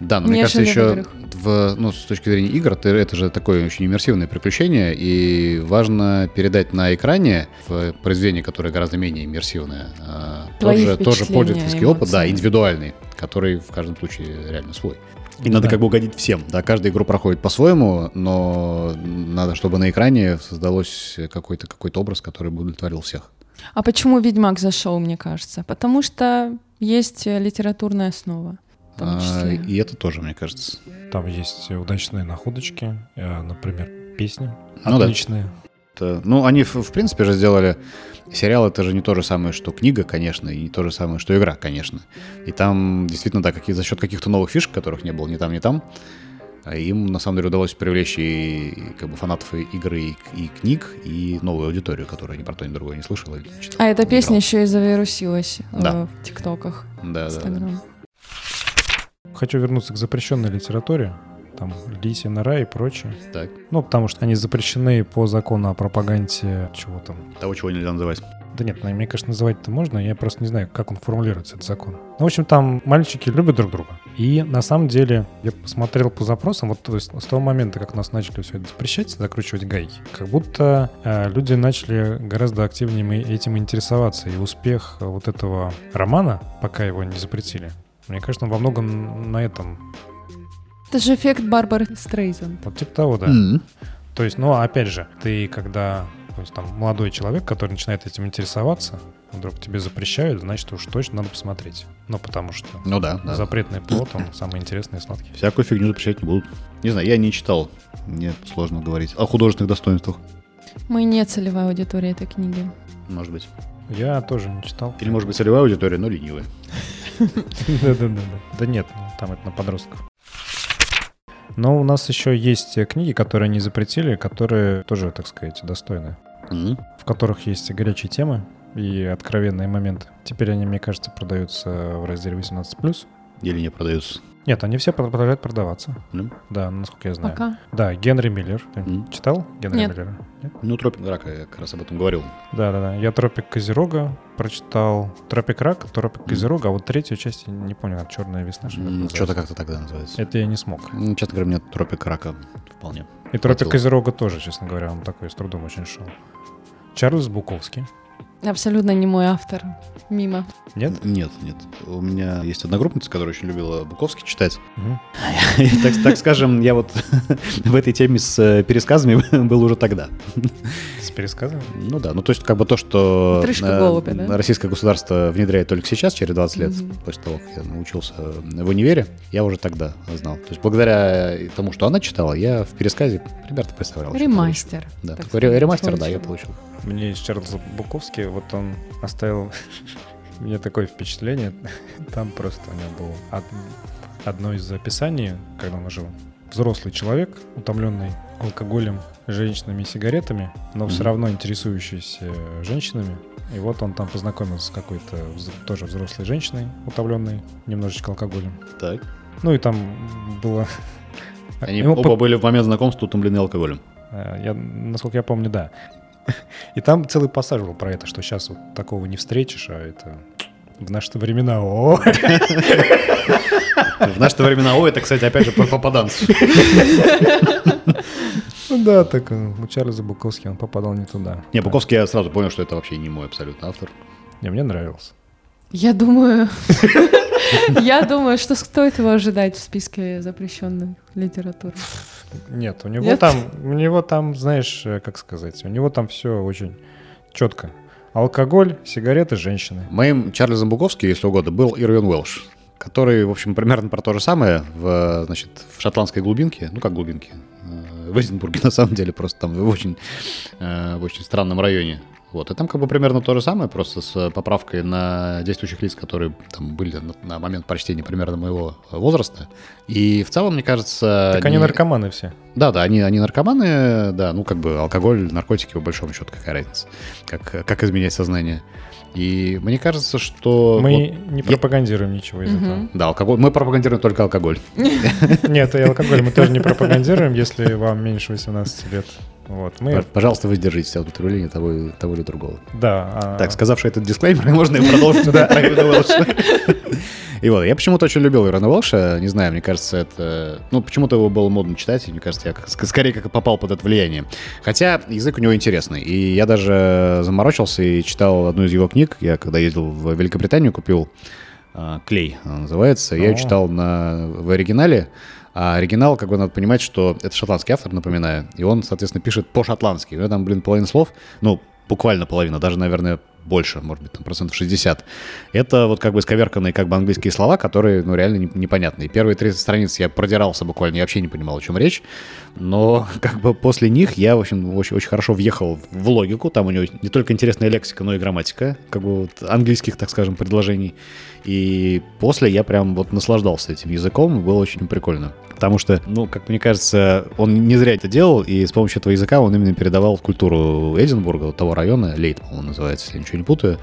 Speaker 2: Да, но мне кажется,
Speaker 1: Нежели в
Speaker 2: еще
Speaker 1: играх.
Speaker 2: в, ну, с точки зрения игр, ты- это же такое очень иммерсивное приключение, и важно передать на экране, в произведении, которое гораздо менее иммерсивное, э, тот
Speaker 1: Твои
Speaker 2: же, тот же
Speaker 1: впечатления,
Speaker 2: пользовательский опыт, да,
Speaker 1: эмоции.
Speaker 2: индивидуальный, который в каждом случае реально свой. И надо как бы угодить всем, да, каждая игру проходит по-своему, но надо, чтобы на экране создалось какой-то какой образ, который бы удовлетворил всех.
Speaker 1: А почему Ведьмак зашел, мне кажется? Потому что есть э, литературная основа. В том
Speaker 2: А,
Speaker 1: числе.
Speaker 2: и это тоже, мне кажется.
Speaker 3: Там есть удачные находочки, э, например, песни
Speaker 2: Ну да.
Speaker 3: отличные.
Speaker 2: Это- ну, они, в, в принципе, же сделали... Сериал — это же не то же самое, что книга, конечно, и не то же самое, что игра, конечно. И там, действительно, да, какие, за счет каких-то новых фишек, которых не было ни там, ни там, а им, на самом деле, удалось привлечь и, и, как бы, фанатов и игры, и, к- и книг, и новую аудиторию, которая ни про то, ни другое не слышала. или не читала,
Speaker 1: А эта
Speaker 2: не
Speaker 1: песня еще и завирусилась э,
Speaker 2: Да.
Speaker 1: в ТикТоках,
Speaker 2: играла. Да, да, да.
Speaker 1: Инстаграм.
Speaker 3: Хочу вернуться к запрещенной литературе, там Лисия нора и прочее.
Speaker 2: Так.
Speaker 3: Ну, потому что они запрещены по закону о пропаганде чего там.
Speaker 2: Того, чего нельзя называть.
Speaker 3: Да нет, ну, мне, конечно, называть-то можно, я просто не знаю, как он формулируется, этот закон. Ну, в общем, там мальчики любят друг друга. И на самом деле, я посмотрел по запросам, вот то есть, с того момента, как нас начали все это запрещать, закручивать гайки, как будто э, люди начали гораздо активнее мы- этим интересоваться. И успех э, вот этого романа, пока его не запретили, мне кажется, он во многом на этом
Speaker 1: Это же эффект Барбары Стрейзен.
Speaker 3: Вот типа того, да.
Speaker 2: М.
Speaker 3: То есть, ну, опять же, ты когда то есть, там, молодой человек, который начинает этим интересоваться, вдруг тебе запрещают, значит, уж точно надо посмотреть. Ну, потому что
Speaker 2: Ну да, да.
Speaker 3: запретный плод, он самый интересный и сладкий.
Speaker 2: Всякую фигню запрещать не будут. Не знаю, я не читал. Мне сложно говорить. О художественных достоинствах.
Speaker 1: Мы не целевая аудитория этой книги.
Speaker 2: Может быть.
Speaker 3: Я тоже не читал.
Speaker 2: Или, может быть, целевая аудитория, но ленивая.
Speaker 3: Да-да-да. Да нет, ну, там это на подростков. Но у нас еще есть э, книги, которые они запретили, которые тоже, так сказать, достойны.
Speaker 2: М.
Speaker 3: В которых есть горячие темы, и откровенные моменты. Теперь они, мне кажется, продаются в разделе 18+.
Speaker 2: Или не продаются.
Speaker 3: Нет, они все продолжают продаваться.
Speaker 2: Ну.
Speaker 3: Да, насколько я знаю.
Speaker 1: Пока.
Speaker 3: Да, Генри Миллер. Ты
Speaker 2: Мгм.
Speaker 3: Читал Генри
Speaker 1: Нет.
Speaker 3: Миллера? Нет?
Speaker 2: Ну, тропик рака, я как раз об этом говорил.
Speaker 3: Да, да, да. Я Тропик Козерога прочитал. Тропик Рак, Тропик
Speaker 2: Мгм.
Speaker 3: Козерога, а вот третью часть я не помню, как Черная весна. что ли,
Speaker 2: М,
Speaker 3: называется.
Speaker 2: Что-то как-то тогда называется.
Speaker 3: Это я не смог.
Speaker 2: Ну, Честно говоря, мне тропик рака вполне.
Speaker 3: И Тропик
Speaker 2: Хватило.
Speaker 3: Козерога тоже, честно говоря, он такой с трудом очень шел. Чарльз Буковский.
Speaker 1: Абсолютно не мой автор. Мимо.
Speaker 3: Нет?
Speaker 2: Н- Нет, нет. У меня есть одногруппница, которая очень любила Буковский читать.
Speaker 3: Мгм.
Speaker 2: И, так, так скажем, я вот в этой теме с э, пересказами был уже тогда.
Speaker 3: С пересказами?
Speaker 2: Ну да, ну то есть как бы то, что
Speaker 1: Отрыжка
Speaker 2: э,
Speaker 1: голубя, да?
Speaker 2: российское государство внедряет только сейчас, через 20 лет,
Speaker 1: Мгм.
Speaker 2: после того, как я научился э, в универе, я уже тогда знал. То есть благодаря э, тому, что она читала, я в пересказе примерно представлял. что
Speaker 1: Ремастер.
Speaker 2: получу. Да,
Speaker 1: так
Speaker 2: такой ре-
Speaker 1: сказать,
Speaker 2: ремастер, да, я
Speaker 1: получил.
Speaker 2: получил.
Speaker 3: Мне из Чарльза Буковский, вот он оставил мне такое впечатление. Там просто у него было од- одно из описаний, когда он жил. Взрослый человек, утомленный алкоголем, женщинами и сигаретами, но все
Speaker 2: Мгм.
Speaker 3: равно интересующийся женщинами. И вот он там познакомился с какой-то вз- тоже взрослой женщиной, утомленной немножечко алкоголем.
Speaker 2: Так.
Speaker 3: Ну и там было...
Speaker 1: А
Speaker 2: Они
Speaker 3: Ему
Speaker 2: оба были в момент знакомства утомлены алкоголем.
Speaker 3: Э, Я, насколько я помню, да. И там целый пассаж был про это, что сейчас вот такого не встретишь, а это в наши времена. О,
Speaker 2: В наши времена, ой, это, кстати, опять же, по попаданцу.
Speaker 3: да, так э, у Чарльза Буковский он попадал не туда.
Speaker 2: Не, Буковский я сразу понял, что это вообще не мой абсолютно автор.
Speaker 3: Не, мне нравился.
Speaker 1: Я думаю... Я думаю, что стоит его ожидать в списке запрещенной литературы.
Speaker 3: Нет, у него
Speaker 1: Нет?
Speaker 3: там, у него там, знаешь, э, как сказать, у него там все очень четко. Алкоголь, сигареты, женщины.
Speaker 2: Моим Чарльзом Буковским, если угодно, был Ирвин Уэлш, который, в общем, примерно про то же самое в, э, значит, в шотландской глубинке, ну как глубинке, э, в Эдинбурге на самом деле, просто там в очень, э, в очень странном районе. Вот, и там как бы примерно то же самое, просто с поправкой на действующих лиц, которые там были на, на момент прочтения примерно моего возраста. И в целом, мне кажется...
Speaker 3: Так они
Speaker 2: не-
Speaker 3: наркоманы все.
Speaker 2: да, да, они, они наркоманы, да, ну как бы алкоголь, наркотики, по большому счету, какая разница, как, как изменять сознание. И мне кажется, что...
Speaker 3: Мы
Speaker 2: вот,
Speaker 3: не пропагандируем ничего из этого.
Speaker 2: да, алкоголь, мы пропагандируем только алкоголь.
Speaker 3: Нет, и алкоголь мы тоже не пропагандируем, если вам меньше 18 лет. Вот, мы
Speaker 2: Пож- Пожалуйста, воздержитесь от употребления того, и- того или другого.
Speaker 3: Да. а-
Speaker 2: Так, сказавший этот дисклеймер, можно и продолжить сюда про Ирвина Уэлша. И вот, я почему-то очень любил Ирвина Уэлша, не знаю, мне кажется, это... Ну, почему-то его было модно читать, и мне кажется, я как- ск- скорее как попал под это влияние. Хотя язык у него интересный, и я даже заморочился и читал одну из его книг. Я когда ездил в Великобританию, купил а, «Клей», она называется, я
Speaker 3: О.
Speaker 2: ее читал на, в оригинале. А оригинал, как бы надо понимать, что это шотландский автор, напоминаю, и он, соответственно, пишет по-шотландски. У него там, блин, половина слов, ну, буквально половина, даже, наверное, больше, может быть, там процентов 60. Это вот как бы сковерканные как бы английские слова, которые, ну, реально не- непонятные. Первые 30 страниц я продирался буквально, я вообще не понимал, о чем речь. Но как бы после них я, в общем, очень, очень хорошо въехал в логику. Там у него не только интересная лексика, но и грамматика, как бы вот английских, так скажем, предложений. И после я прям вот наслаждался этим языком, было очень прикольно. Потому что, ну, как мне кажется, он не зря это делал, и с помощью этого языка он именно передавал культуру Эдинбурга, вот того района, Лейт, по-моему, называется, если я ничего не путаю.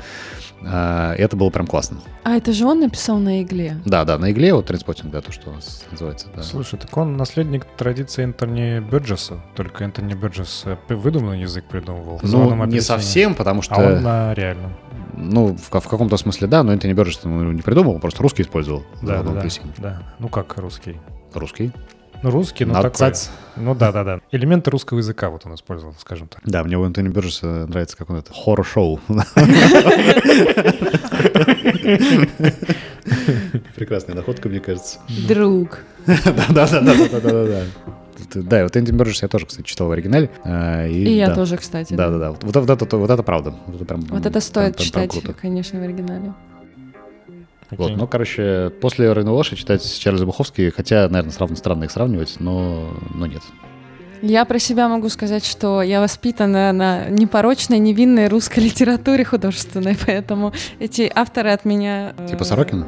Speaker 2: А, и Это было прям классно.
Speaker 1: А это же он написал на игле.
Speaker 2: Да, да, на игле, вот транспотинг, да, то, что у нас называется. да.
Speaker 3: Слушай, так он наследник традиции Энтони Бёрджеса. Только Энтони Бёрджес э, п- выдуманный язык придумывал. в
Speaker 2: Ну,
Speaker 3: званом
Speaker 2: не
Speaker 3: описании.
Speaker 2: совсем, потому что...
Speaker 3: А он на реальном.
Speaker 2: Ну, в, ка- в каком-то смысле, да, но Энтони Бёрджес ну, не придумал, он просто русский использовал.
Speaker 3: Да,
Speaker 2: Ну,
Speaker 3: да, да,
Speaker 2: апельсин.
Speaker 3: да. Ну как русский?
Speaker 2: Русский.
Speaker 3: Ну русский, ну
Speaker 2: На
Speaker 3: такой.
Speaker 2: цац.
Speaker 3: Ну да, да, да. Элементы русского языка вот он использовал, скажем так.
Speaker 2: Да, мне у Энтони Бёрджеса нравится, как он это, хоррор-шоу. Прекрасная находка, мне кажется.
Speaker 1: Друг.
Speaker 2: Да-да-да-да-да-да. Да, и вот Энтони Бёрджес я тоже, кстати, читал в оригинале. а,
Speaker 1: И я
Speaker 2: да.
Speaker 1: тоже, кстати.
Speaker 2: Да-да-да, вот, вот, это- вот это правда. Вот это, прям,
Speaker 1: Вот это стоит
Speaker 2: прям- прям- прям
Speaker 1: читать,
Speaker 2: круто.
Speaker 1: конечно, в оригинале.
Speaker 3: Окей.
Speaker 2: Вот, ну, короче, после Рейна Лоша читать Чарльза Буховский, хотя, наверное, сравненно странно их сравнивать, но, но нет.
Speaker 1: Я про себя могу сказать, что я воспитана на непорочной, невинной русской литературе художественной, поэтому эти авторы от меня... э,
Speaker 2: Типа Сорокина?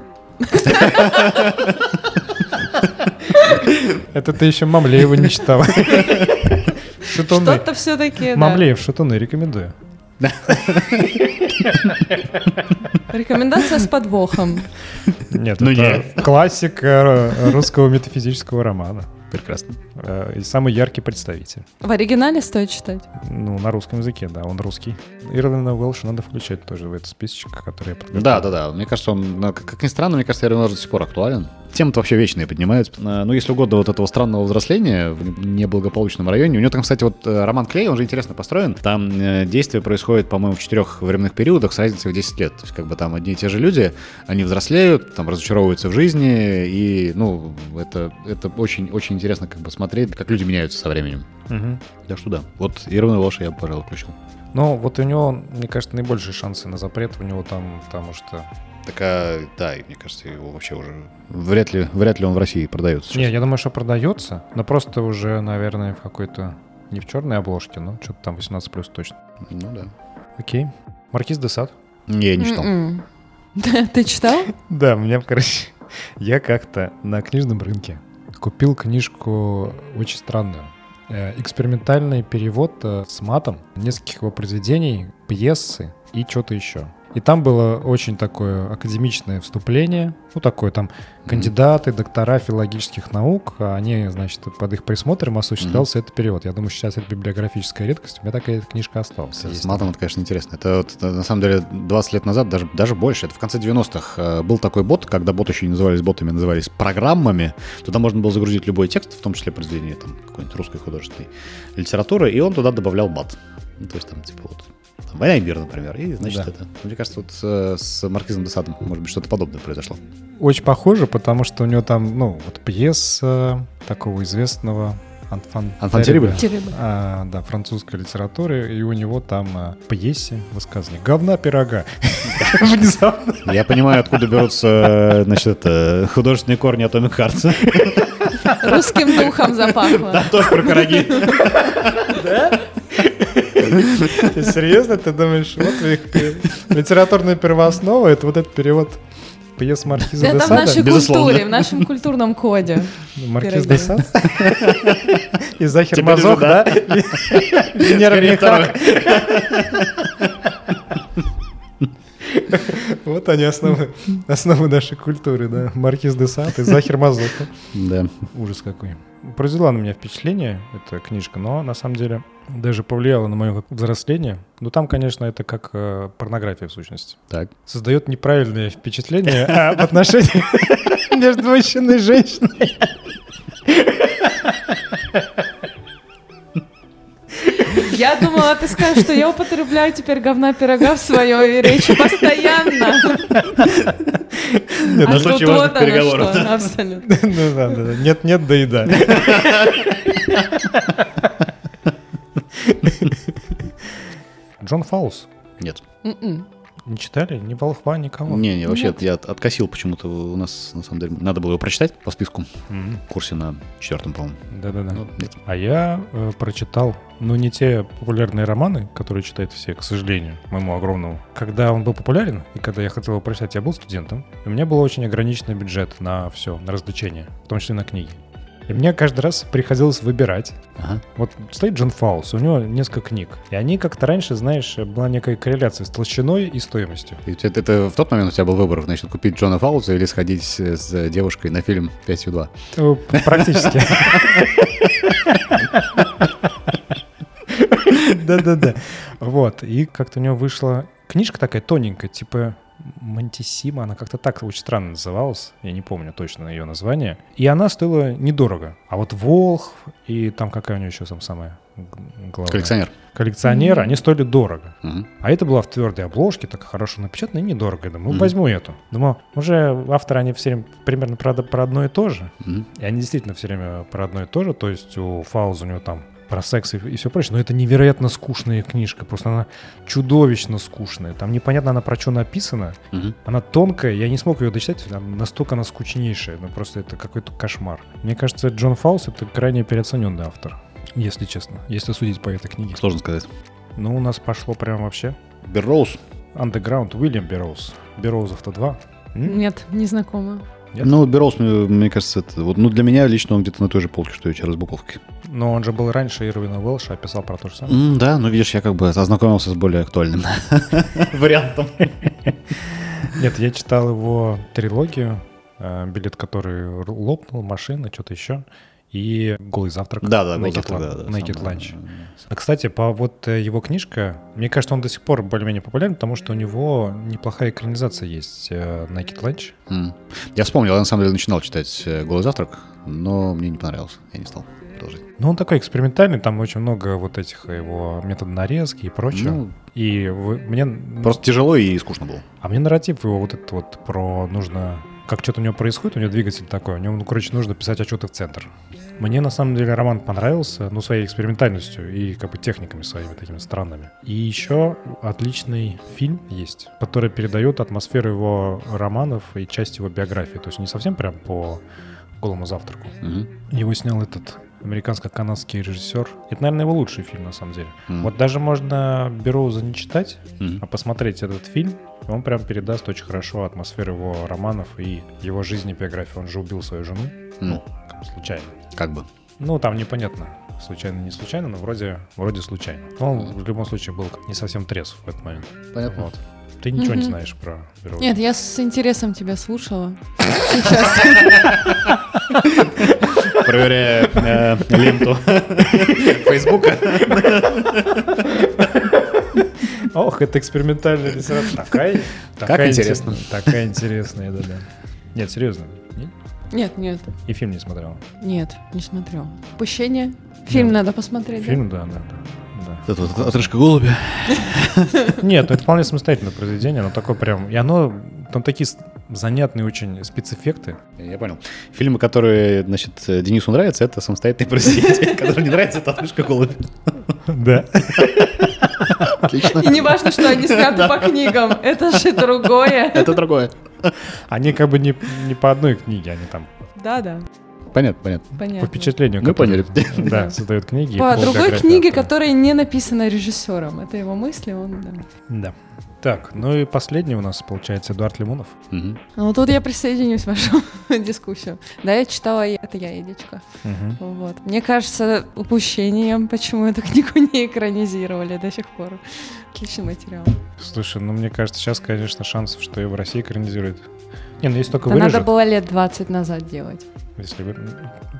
Speaker 3: Это ты еще Мамлеева не читал. Шатуны.
Speaker 1: Что-то все-таки,
Speaker 3: Мамлеев, шатуны, рекомендую.
Speaker 1: Рекомендация с подвохом.
Speaker 3: Нет,
Speaker 2: Ну,
Speaker 3: это
Speaker 2: нет.
Speaker 3: классика э, русского метафизического романа.
Speaker 2: Прекрасно.
Speaker 3: Э, И самый яркий представитель.
Speaker 1: В оригинале стоит читать.
Speaker 3: Ну, на русском языке, да, он русский. Ирлана Уэлша надо включать тоже в этот списочек, который я подготовил.
Speaker 2: Да, да, да. Мне кажется, он, на- как как ни странно, мне кажется, Эрвин Лорд до сих пор актуален. Темы-то вообще вечные поднимаются. Э, Ну, если угодно, вот этого странного взросления в неблагополучном районе. У него там, кстати, вот э, роман Клей, он же интересно построен. Там э, действие происходит, по-моему, в четырех временных периодах с разницей в 10 лет. То есть, как бы там одни и те же люди, они взрослеют, там разочаровываются в жизни, и, ну, это, это очень, очень интересно как бы смотреть, как люди меняются со временем.
Speaker 3: Мгм.
Speaker 2: Так что да. Вот Ирвина Лоша я, бы, пожалуй, включил.
Speaker 3: Но вот у него, мне кажется, наибольшие шансы на запрет у него там, потому что...
Speaker 2: Так, а, да, и мне кажется, его вообще уже... Вряд ли, вряд ли он в России продается. сейчас.
Speaker 3: Не, я думаю, что продается, но просто уже, наверное, в какой-то... Не в черной обложке, но что-то там 18 плюс точно.
Speaker 2: Ну да.
Speaker 3: Окей. Маркиз де Сад.
Speaker 2: Не, я не читал.
Speaker 1: М-м. Да, Ты читал?
Speaker 3: Да, у меня, короче, я как-то на книжном рынке купил книжку очень странную. Э, Экспериментальный перевод э, с матом нескольких его произведений, пьесы и что-то еще. И там было очень такое академичное вступление, ну такое там кандидаты, доктора филологических наук, а они, значит, под их присмотром осуществлялся этот перевод. Я думаю, сейчас это библиографическая редкость, у меня такая книжка осталась.
Speaker 2: С,
Speaker 3: Есть.
Speaker 2: с матом это, конечно, интересно. Это вот, э, на самом деле 20 лет назад, даже, даже больше, это в конце 90-х э, был такой бот, когда боты еще не назывались ботами, а назывались программами. Туда можно было загрузить любой текст, в том числе произведение там, какой-нибудь русской художественной литературы, и он туда добавлял мат. Ну, то есть там типа вот там, «Война и мир», например, и, значит,
Speaker 3: Да.
Speaker 2: это. Мне кажется, вот э, с Маркизом Десадом, может быть, что-то подобное произошло.
Speaker 3: Очень похоже, потому что у него там, ну, вот пьеса такого известного Анфан,
Speaker 2: Анфан Терибля.
Speaker 1: Теребы.
Speaker 3: А, да, французской литературы, и у него там а, в пьесе высказывание «Говна пирога». Внезапно.
Speaker 2: Я понимаю, откуда берутся, э, значит, это, художественные корни Atomic Hearts.
Speaker 1: Русским духом запахло.
Speaker 2: тоже про пироги.
Speaker 3: Ты Серьезно, ты думаешь, вот их пе- литературная первооснова, это вот этот перевод пьес Маркиза де
Speaker 1: Это в нашей
Speaker 3: Сада.
Speaker 2: безусловно.
Speaker 1: культуре, в нашем культурном коде.
Speaker 3: Маркиз
Speaker 1: пироги.
Speaker 3: де Сад. И Захер
Speaker 2: Теперь
Speaker 3: Мазох,
Speaker 2: уже
Speaker 3: да?
Speaker 2: да.
Speaker 3: Венера
Speaker 2: Скорее
Speaker 3: Михак. Вот они основы, основы нашей культуры, да. Маркиз де Сад и Захер Мазох.
Speaker 2: Да.
Speaker 3: Ужас какой. Произвела на меня впечатление эта книжка, но на самом деле даже повлияла на мое взросление. Ну там, конечно, это как э, порнография в сущности.
Speaker 2: Так.
Speaker 3: Создает неправильное впечатление э, в отношении между мужчиной и женщиной.
Speaker 1: Я думала, ты скажешь, что я употребляю теперь говна пирога в своей речи постоянно.
Speaker 2: на
Speaker 1: А
Speaker 2: случай
Speaker 1: тут
Speaker 2: важных
Speaker 1: вот оно
Speaker 2: переговоров,
Speaker 1: что, абсолютно.
Speaker 3: Ну да, да, да. Нет, нет, да и да. Джон Фаус.
Speaker 2: Нет.
Speaker 1: М-м.
Speaker 3: Не читали? Ни волхва, никого.
Speaker 2: Не, не, вообще, я от- откосил почему-то. У нас, на самом деле, надо было его прочитать по списку.
Speaker 3: Мгм.
Speaker 2: В курсе на четвертом, по-моему.
Speaker 3: Да-да-да.
Speaker 2: Ну, нет.
Speaker 3: А я э, прочитал, ну, не те популярные романы, которые читают все, к сожалению, моему огромному. Когда он был популярен, и когда я хотел его прочитать, я был студентом, и у меня был очень ограниченный бюджет на все, на развлечения, в том числе на книги. И мне каждый раз приходилось выбирать.
Speaker 2: Ага.
Speaker 3: Вот стоит Джон Фаус, у него несколько книг. И они как-то раньше, знаешь, была некая корреляция с толщиной и стоимостью.
Speaker 2: И у тебя- это, в тот момент у тебя был выбор, значит, купить Джона Фауза или сходить э, с девушкой на фильм 5
Speaker 3: Э, п- Практически. Да-да-да. Вот. И как-то у него вышла книжка такая тоненькая, типа Монтисима, она как-то так очень странно называлась, я не помню точно ее название. И она стоила недорого. А вот Волх и там какая у нее еще там самая г- главная?
Speaker 2: Коллекционер.
Speaker 3: Коллекционеры, они стоили дорого.
Speaker 2: Мгм.
Speaker 3: А это была в твердой обложке, так хорошо напечатана и недорого. Я думаю, «Ну,
Speaker 2: Мгм.
Speaker 3: возьму эту. Думал, уже авторы, они все время примерно про, про одно и то же.
Speaker 2: Мгм.
Speaker 3: И они действительно все время про одно и то же. То есть у Фауза у него там про секс и, все прочее. Но это невероятно скучная книжка. Просто она чудовищно скучная. Там непонятно, она про что написана.
Speaker 2: Мгм.
Speaker 3: Она тонкая. Я не смог ее дочитать. Там настолько она скучнейшая. Ну просто это какой-то кошмар. Мне кажется, Джон Фауз это крайне переоцененный автор. Если честно. Если судить по этой книге.
Speaker 2: Сложно сказать.
Speaker 3: Ну, у нас пошло прям вообще.
Speaker 2: Берроуз.
Speaker 3: Underground Уильям Берроуз. Берроузов-то два. М?
Speaker 1: Нет, не знакомо.
Speaker 3: Нет?
Speaker 2: Ну, Бероуз, мне, мне кажется, это... Вот, ну, для меня лично он где-то на той же полке, что и Чарльз Буковки.
Speaker 3: Но он же был раньше Ирвина Уэлша, а писал про то же самое.
Speaker 2: М, да, ну, видишь, я как бы ознакомился с более актуальным вариантом.
Speaker 3: Нет, я читал его трилогию, э, билет, который р- лопнул, машина, что-то еще, и «Голый завтрак».
Speaker 2: Да-да, «Голый
Speaker 3: Naked
Speaker 2: завтрак»,
Speaker 3: Lun-
Speaker 2: да, да,
Speaker 3: Naked
Speaker 2: самое,
Speaker 3: Lunch. А, Кстати, по вот э, его книжка, мне кажется, он до сих пор более-менее популярен, потому что у него неплохая экранизация есть э, «Naked Lunch».
Speaker 2: М. Я вспомнил, я на самом деле начинал читать э, «Голый завтрак», но мне не понравился, я не стал продолжить.
Speaker 3: Но он такой экспериментальный, там очень много вот этих его методов нарезки и прочего.
Speaker 2: Ну,
Speaker 3: и вы- мне... н-
Speaker 2: Просто тяжело и скучно было.
Speaker 3: А мне нарратив его вот этот вот про нужно... Как что-то у него происходит, у него двигатель такой, у него, ну, короче, нужно писать отчеты в центр. Мне, на самом деле, роман понравился, ну, своей экспериментальностью и, как бы, техниками своими такими странными. И еще отличный фильм есть, который передает атмосферу его романов и часть его биографии. То есть не совсем прям по голому завтраку.
Speaker 2: Мгм.
Speaker 3: Его снял этот американско-канадский режиссер. Это, наверное, его лучший фильм, на самом деле.
Speaker 2: М.
Speaker 3: Вот даже можно Бероуза не читать,
Speaker 2: Мгм.
Speaker 3: а посмотреть этот фильм, и он прям передаст очень хорошо атмосферу его романов и его жизни и биографии. Он же убил свою жену,
Speaker 2: Ну,
Speaker 3: как бы случайно.
Speaker 2: как бы.
Speaker 3: Ну, там непонятно, случайно, не случайно, но вроде, вроде случайно. Но он в любом случае был не совсем трезв в этот момент.
Speaker 2: Понятно.
Speaker 3: Вот. Ты ничего не
Speaker 1: Мгм.
Speaker 3: знаешь про Бероуза.
Speaker 1: Нет, я с интересом тебя слушала.
Speaker 2: Проверяя э, ленту Фейсбука.
Speaker 3: Ох, это экспериментальная литература. Такая,
Speaker 2: интересно.
Speaker 3: интерес- Такая интересная, да-да. Нет, серьезно. не-
Speaker 1: Нет, нет,
Speaker 3: И фильм не смотрел.
Speaker 1: нет, не смотрю. Пущение? Фильм
Speaker 3: Да.
Speaker 1: надо посмотреть. да?
Speaker 3: Фильм, да, да, да.
Speaker 2: Это вот отрыжка голубя.
Speaker 3: да. Нет, ну это вполне самостоятельное произведение, оно такое прям... И оно... Там такие с- занятные очень спецэффекты.
Speaker 2: Я понял. Фильмы, которые, значит, Денису нравятся, это самостоятельные произведения. Которые не нравятся, это отрыжка голубя.
Speaker 3: Да.
Speaker 2: Отлично.
Speaker 1: И не важно, что они сняты по книгам, это же другое.
Speaker 2: Это другое.
Speaker 3: Они как бы не, не по одной книге, они там
Speaker 1: Да-да,
Speaker 2: Понятно, понятно.
Speaker 3: по
Speaker 1: понятно.
Speaker 3: впечатлению.
Speaker 2: Мы
Speaker 3: которые-
Speaker 2: поняли.
Speaker 3: Да, создают книги. и
Speaker 1: ну, По другой
Speaker 3: биографии
Speaker 1: книге,
Speaker 3: автора.
Speaker 1: которая не написана режиссером. Это его мысли, он... да.
Speaker 3: Да. Так, ну и последний у нас, получается, Эдуард Лимонов.
Speaker 2: Мгм.
Speaker 1: Ну, тут я присоединюсь в вашу дискуссию. Да, я читала «Я- «Это я, яичко».
Speaker 3: Мгм.
Speaker 1: Вот. Мне кажется, упущением, почему эту книгу не экранизировали до сих пор. Отличный материал.
Speaker 3: Слушай, ну мне кажется, сейчас, конечно, шансов, что и в России экранизируют. Не, ну если только
Speaker 1: Да надо
Speaker 3: вырежут,
Speaker 1: было лет 20 назад делать.
Speaker 3: если вы...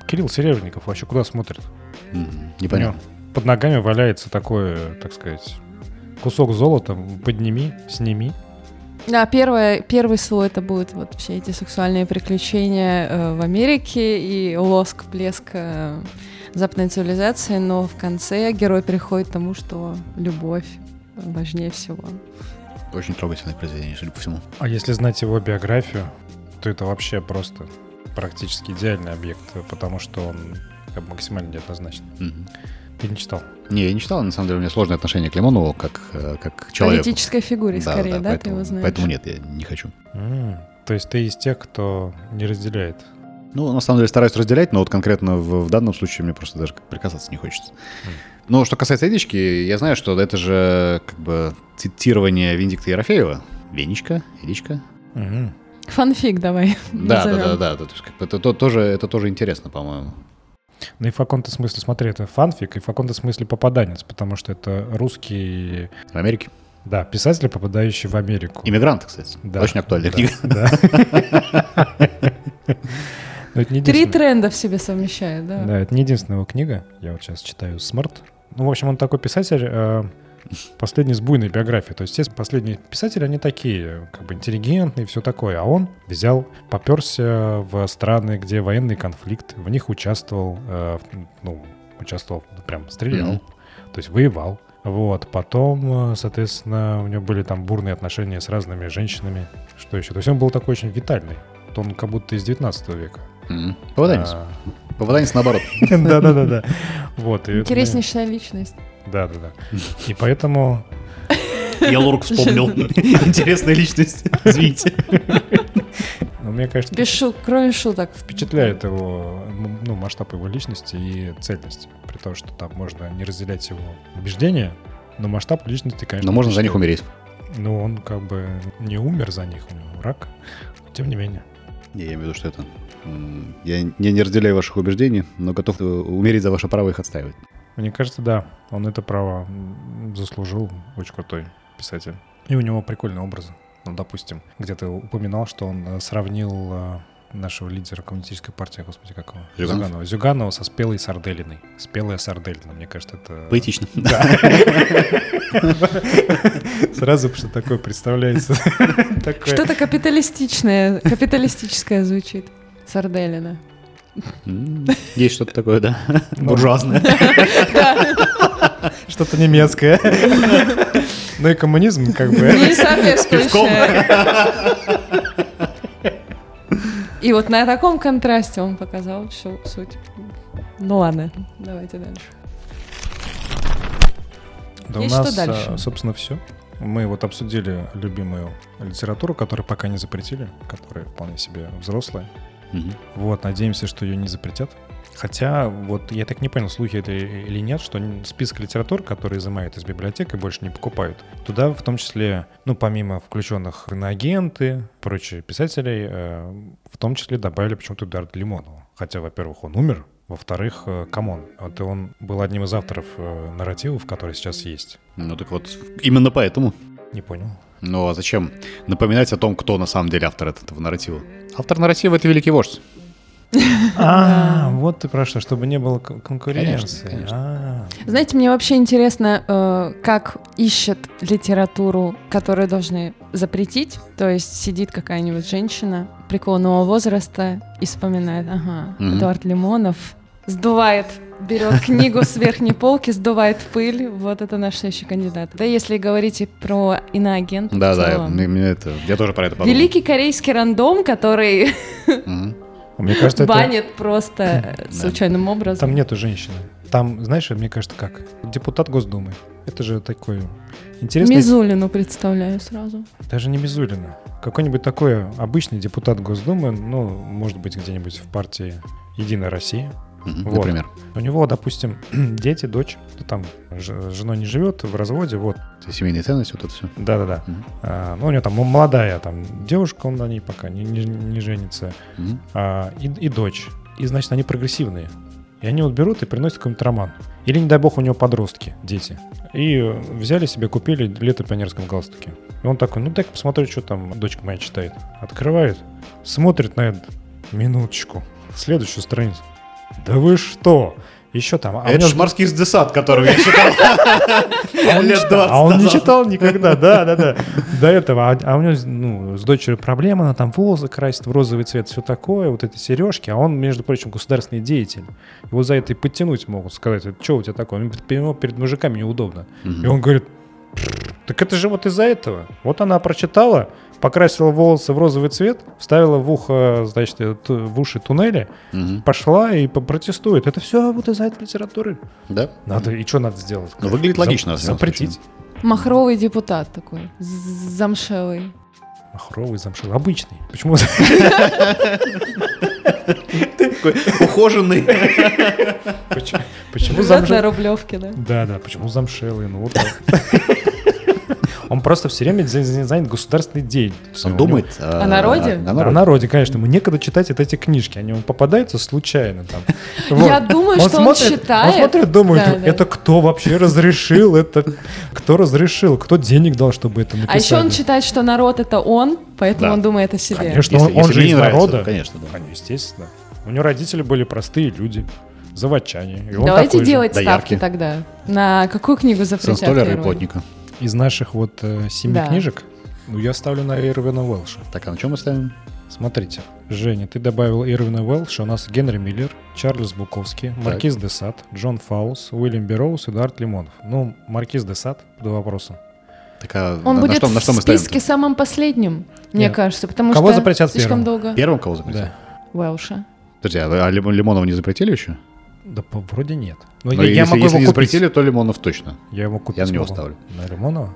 Speaker 3: Кирилл Сережников вообще куда смотрит?
Speaker 2: Мгм. Непонятно.
Speaker 3: У него Под ногами валяется такой, так сказать, кусок золота. Подними, сними.
Speaker 1: А первое, первый слой это будут вот все эти сексуальные приключения э, в Америке и лоск, блеск э, западной цивилизации, но в конце герой приходит к тому, что любовь важнее всего.
Speaker 2: Очень трогательное произведение, судя по всему.
Speaker 3: А если знать его биографию, то это вообще просто практически идеальный объект, потому что он как бы максимально неоднозначен.
Speaker 2: Мгм.
Speaker 3: Ты не читал?
Speaker 2: Не, я не читал, на самом деле у меня сложное отношение к Лимонову как, э, как к человеку.
Speaker 1: Политической фигуре
Speaker 2: Да,
Speaker 1: скорее, да, ты
Speaker 2: поэтому,
Speaker 1: его знаешь?
Speaker 2: Поэтому нет, я не хочу.
Speaker 3: М, То есть ты из тех, кто не разделяет.
Speaker 2: Ну, на самом деле стараюсь разделять, но вот конкретно в, в данном случае мне просто даже как прикасаться не хочется. Но что касается Эдички, я знаю, что это же как бы цитирование Венедикта Ерофеева. Венечка, Эдичка.
Speaker 3: Мгм.
Speaker 1: Фанфик давай.
Speaker 2: Да, да,
Speaker 1: назовем.
Speaker 2: да, да, да. То есть как бы это, то- тоже, это тоже интересно, по-моему.
Speaker 3: Ну и в каком-то смысле, смотри, это фанфик, и в каком-то смысле попаданец, потому что это русский,
Speaker 2: В Америке.
Speaker 3: да, писатель, попадающий в Америку.
Speaker 2: Иммигранты, кстати.
Speaker 3: Да,
Speaker 2: Очень актуальная
Speaker 3: да,
Speaker 2: книга.
Speaker 3: Да.
Speaker 2: Ну,
Speaker 3: Но это не
Speaker 1: Три
Speaker 3: единственная-
Speaker 1: тренда в себе совмещает, да.
Speaker 3: Да, это не единственная его книга. Я вот сейчас читаю «Смарт». Ну, в общем, он такой писатель, э, последний с буйной биографией. То есть, те последние писатели, они такие, как бы интеллигентные, все такое. А он взял, поперся в страны, где военный конфликт, в них участвовал, э, в- ну, участвовал, ну, прям стрелял,
Speaker 2: Мгм.
Speaker 3: то есть воевал. Вот, потом, э, соответственно, у него были там бурные отношения с разными женщинами. Что еще? То есть он был такой очень витальный. Вот Он как будто из 19 века.
Speaker 2: Мгм. Попаданец.
Speaker 3: А,
Speaker 2: Попаданец наоборот.
Speaker 3: да-да-да. Вот. и это,
Speaker 1: Интереснейшая личность.
Speaker 3: Да, да, да. И поэтому...
Speaker 2: Я Лурк вспомнил. Интересная личность. Извините.
Speaker 3: Ну, мне, конечно,
Speaker 1: Без шу- кроме шуток.
Speaker 3: впечатляет его м, ну, масштаб его личности и цельность. При том, что там можно не разделять его убеждения, но масштаб личности, конечно...
Speaker 2: Но можно за них
Speaker 3: впечатляет.
Speaker 2: умереть.
Speaker 3: Ну, он как бы не умер за них, у него рак. Тем не менее.
Speaker 2: Не, я имею в виду, что это... м, Я, я не разделяю ваших убеждений, но готов э, умереть за ваше право их отстаивать.
Speaker 3: Мне кажется, да, он это право м, заслужил. Очень крутой писатель. И у него прикольные образы. Ну, допустим, где ты упоминал, что он э, сравнил э, нашего лидера коммунистической партии, господи, какого?
Speaker 2: Зюганов?
Speaker 3: Зюганова. Зюганова со спелой сарделиной. Спелая сарделина, мне кажется, это...
Speaker 2: Поэтично.
Speaker 3: Сразу что такое представляется. Такое.
Speaker 1: Что-то капиталистичное, капиталистическое звучит. Сарделина.
Speaker 2: М, Есть что-то такое, да.
Speaker 3: Ну.
Speaker 2: Буржуазное.
Speaker 3: Что-то немецкое. Ну и коммунизм, как бы.
Speaker 1: Не ну соответствующее. И вот на таком контрасте он показал всю суть. Ну ладно, давайте дальше.
Speaker 3: Да
Speaker 1: И
Speaker 3: у
Speaker 1: что
Speaker 3: нас,
Speaker 1: дальше?
Speaker 3: а, собственно, все. Мы вот обсудили любимую литературу, которую пока не запретили, которая вполне себе взрослая.
Speaker 2: Мгм.
Speaker 3: Вот, надеемся, что ее не запретят. Хотя, вот я так не понял, слухи это или нет, что н- список литератур, которые изымают из библиотек и больше не покупают, туда в том числе, ну, помимо включенных иноагенты, прочих писателей, э, в том числе добавили почему-то Эдуарда Лимонова. Хотя, во-первых, он умер, во-вторых, э, камон, вот он был одним из авторов э, нарративов, которые сейчас есть.
Speaker 2: Ну так вот, именно поэтому.
Speaker 3: Не понял.
Speaker 2: Ну а зачем напоминать о том, кто на самом деле автор этого нарратива? Автор нарратива — это великий вождь.
Speaker 3: А, вот ты про что, чтобы не было кон- конкуренции.
Speaker 2: Конечно,
Speaker 3: А.
Speaker 1: Знаете, мне вообще интересно, э, как ищет литературу, которую должны запретить. То есть сидит какая-нибудь женщина преклонного возраста и вспоминает, ага,
Speaker 2: Мгм.
Speaker 1: Эдуард Лимонов сдувает, берет книгу с верхней полки, сдувает пыль. Вот это наш следующий кандидат. Да, если говорите про иноагент. в
Speaker 2: Да-да,
Speaker 1: целом.
Speaker 2: мне- мне это- я тоже про это подумал.
Speaker 1: Великий корейский рандом, который
Speaker 2: Мгм.
Speaker 3: А. Мне кажется, это...
Speaker 1: банит просто э,
Speaker 2: Да.
Speaker 1: случайным образом.
Speaker 3: Там нету женщины. Там, знаешь, мне кажется, как? Депутат Госдумы. Это же такой интересный...
Speaker 1: Мизулину представляю сразу.
Speaker 3: Даже не Мизулина. Какой-нибудь такой обычный депутат Госдумы, ну, может быть, где-нибудь в партии «Единая Россия».
Speaker 2: Мгм.
Speaker 3: Вот.
Speaker 2: Например.
Speaker 3: У него, допустим, дети, дочь, кто там ж- с женой не живет, в разводе, вот.
Speaker 2: Семейные ценности, вот это все.
Speaker 3: Да-да-да.
Speaker 2: Мгм.
Speaker 3: А, ну, у него там м- молодая там девушка, он на ней пока не, не- не женится.
Speaker 2: Мгм.
Speaker 3: а, и, и дочь. И, значит, они прогрессивные. И они вот берут и приносят какой-нибудь роман. Или, не дай бог, у него подростки, дети. И э, взяли себе, купили «Лето в пионерском галстуке». И он такой, ну дай-ка посмотрю, что там дочка моя читает. Открывает, смотрит на это, минуточку, следующую страницу. Да вы что? Еще там. А, у
Speaker 2: это
Speaker 3: него-
Speaker 2: ж морский десант, который я читал лет 20
Speaker 3: а он не
Speaker 2: назад.
Speaker 3: читал никогда, да, да, да. До этого. А, а у него ну, с дочерью проблема, она там волосы красит в розовый цвет, все такое, вот эти сережки. А он, между прочим, государственный деятель. Его за это и подтянуть могут, сказать, что у тебя такое? Ему перед- Ему перед мужиками неудобно.
Speaker 2: Мгм.
Speaker 3: И он говорит, так это же вот из-за этого. Вот она прочитала, покрасила волосы в розовый цвет, вставила в ухо, значит, э, ту- в уши туннели,
Speaker 2: Мгм.
Speaker 3: пошла и попротестует. Это все вот из-за этой литературы.
Speaker 2: Да?
Speaker 3: Надо, и что надо сделать?
Speaker 2: Ну, выглядит
Speaker 3: За-
Speaker 2: логично, во всяком
Speaker 3: Запретить.
Speaker 2: случае.
Speaker 1: Махровый депутат такой, з- замшелый.
Speaker 3: Махровый замшил. Обычный. Почему?
Speaker 2: Такой ухоженный.
Speaker 3: почему- Почему
Speaker 1: Живет на
Speaker 3: замшил?
Speaker 1: Рублевке, да?
Speaker 3: Да, да, почему замшелый? Ну вот. так. Он просто все время за- за- занят государственный день.
Speaker 2: Он думает э,
Speaker 1: О народе?
Speaker 2: О
Speaker 3: О народе.
Speaker 2: народе.
Speaker 3: конечно. Ему некогда читать вот эти книжки. Они ему попадаются случайно там.
Speaker 1: Я
Speaker 3: Вот.
Speaker 1: думаю, что он
Speaker 3: смотрит-
Speaker 1: считает.
Speaker 3: Он смотрит, думает,
Speaker 1: Да, да.
Speaker 3: это кто вообще разрешил? Это кто разрешил? Кто денег дал, чтобы это написать?
Speaker 1: А еще он считает, что народ это он, поэтому
Speaker 2: Да.
Speaker 1: он думает о себе.
Speaker 3: Конечно,
Speaker 2: Если-
Speaker 3: он, он
Speaker 2: если
Speaker 3: же
Speaker 2: мне
Speaker 3: из
Speaker 2: не нравится,
Speaker 3: народа.
Speaker 2: то, конечно, да.
Speaker 3: А, ну, естественно. У него родители были простые люди, заводчане. И он
Speaker 1: Давайте
Speaker 3: такой же.
Speaker 1: делать
Speaker 2: Да,
Speaker 1: ставки
Speaker 2: яркий.
Speaker 1: тогда. На какую книгу запретят?
Speaker 2: Санстоляр и
Speaker 1: первой?
Speaker 2: плотника.
Speaker 3: Из наших вот э, семи
Speaker 1: Да.
Speaker 3: книжек, ну, я ставлю на Ирвина Уэлша.
Speaker 2: Так, а на чем мы ставим?
Speaker 3: Смотрите, Женя, ты добавил Ирвина Уэлша, у нас Генри Миллер, Чарльз Буковский, Маркиз де Сад, Джон Фаус, Уильям Берроуз, Эдуард Лимонов. Ну, Маркиз де Сад, два вопроса.
Speaker 2: Так, а
Speaker 1: Он
Speaker 2: на, на
Speaker 1: будет
Speaker 2: что, на что
Speaker 1: в
Speaker 2: мы ставим?
Speaker 1: списке самым последним, мне
Speaker 3: Нет.
Speaker 1: кажется, потому
Speaker 3: Кого
Speaker 1: что
Speaker 3: запретят
Speaker 1: слишком
Speaker 3: первым?
Speaker 1: долго.
Speaker 2: Первым кого запретили?
Speaker 1: Уэлша.
Speaker 2: Подожди, а а Лим- Лимонова не запретили еще?
Speaker 3: Да по- вроде нет. Но,
Speaker 2: Но
Speaker 3: Ну, я, я
Speaker 2: Ну, если,
Speaker 3: могу
Speaker 2: если
Speaker 3: его
Speaker 2: не
Speaker 3: купить.
Speaker 2: запретили, то Лимонов точно.
Speaker 3: Я его купить
Speaker 2: я на него
Speaker 3: могу.
Speaker 2: ставлю.
Speaker 3: На Лимонова?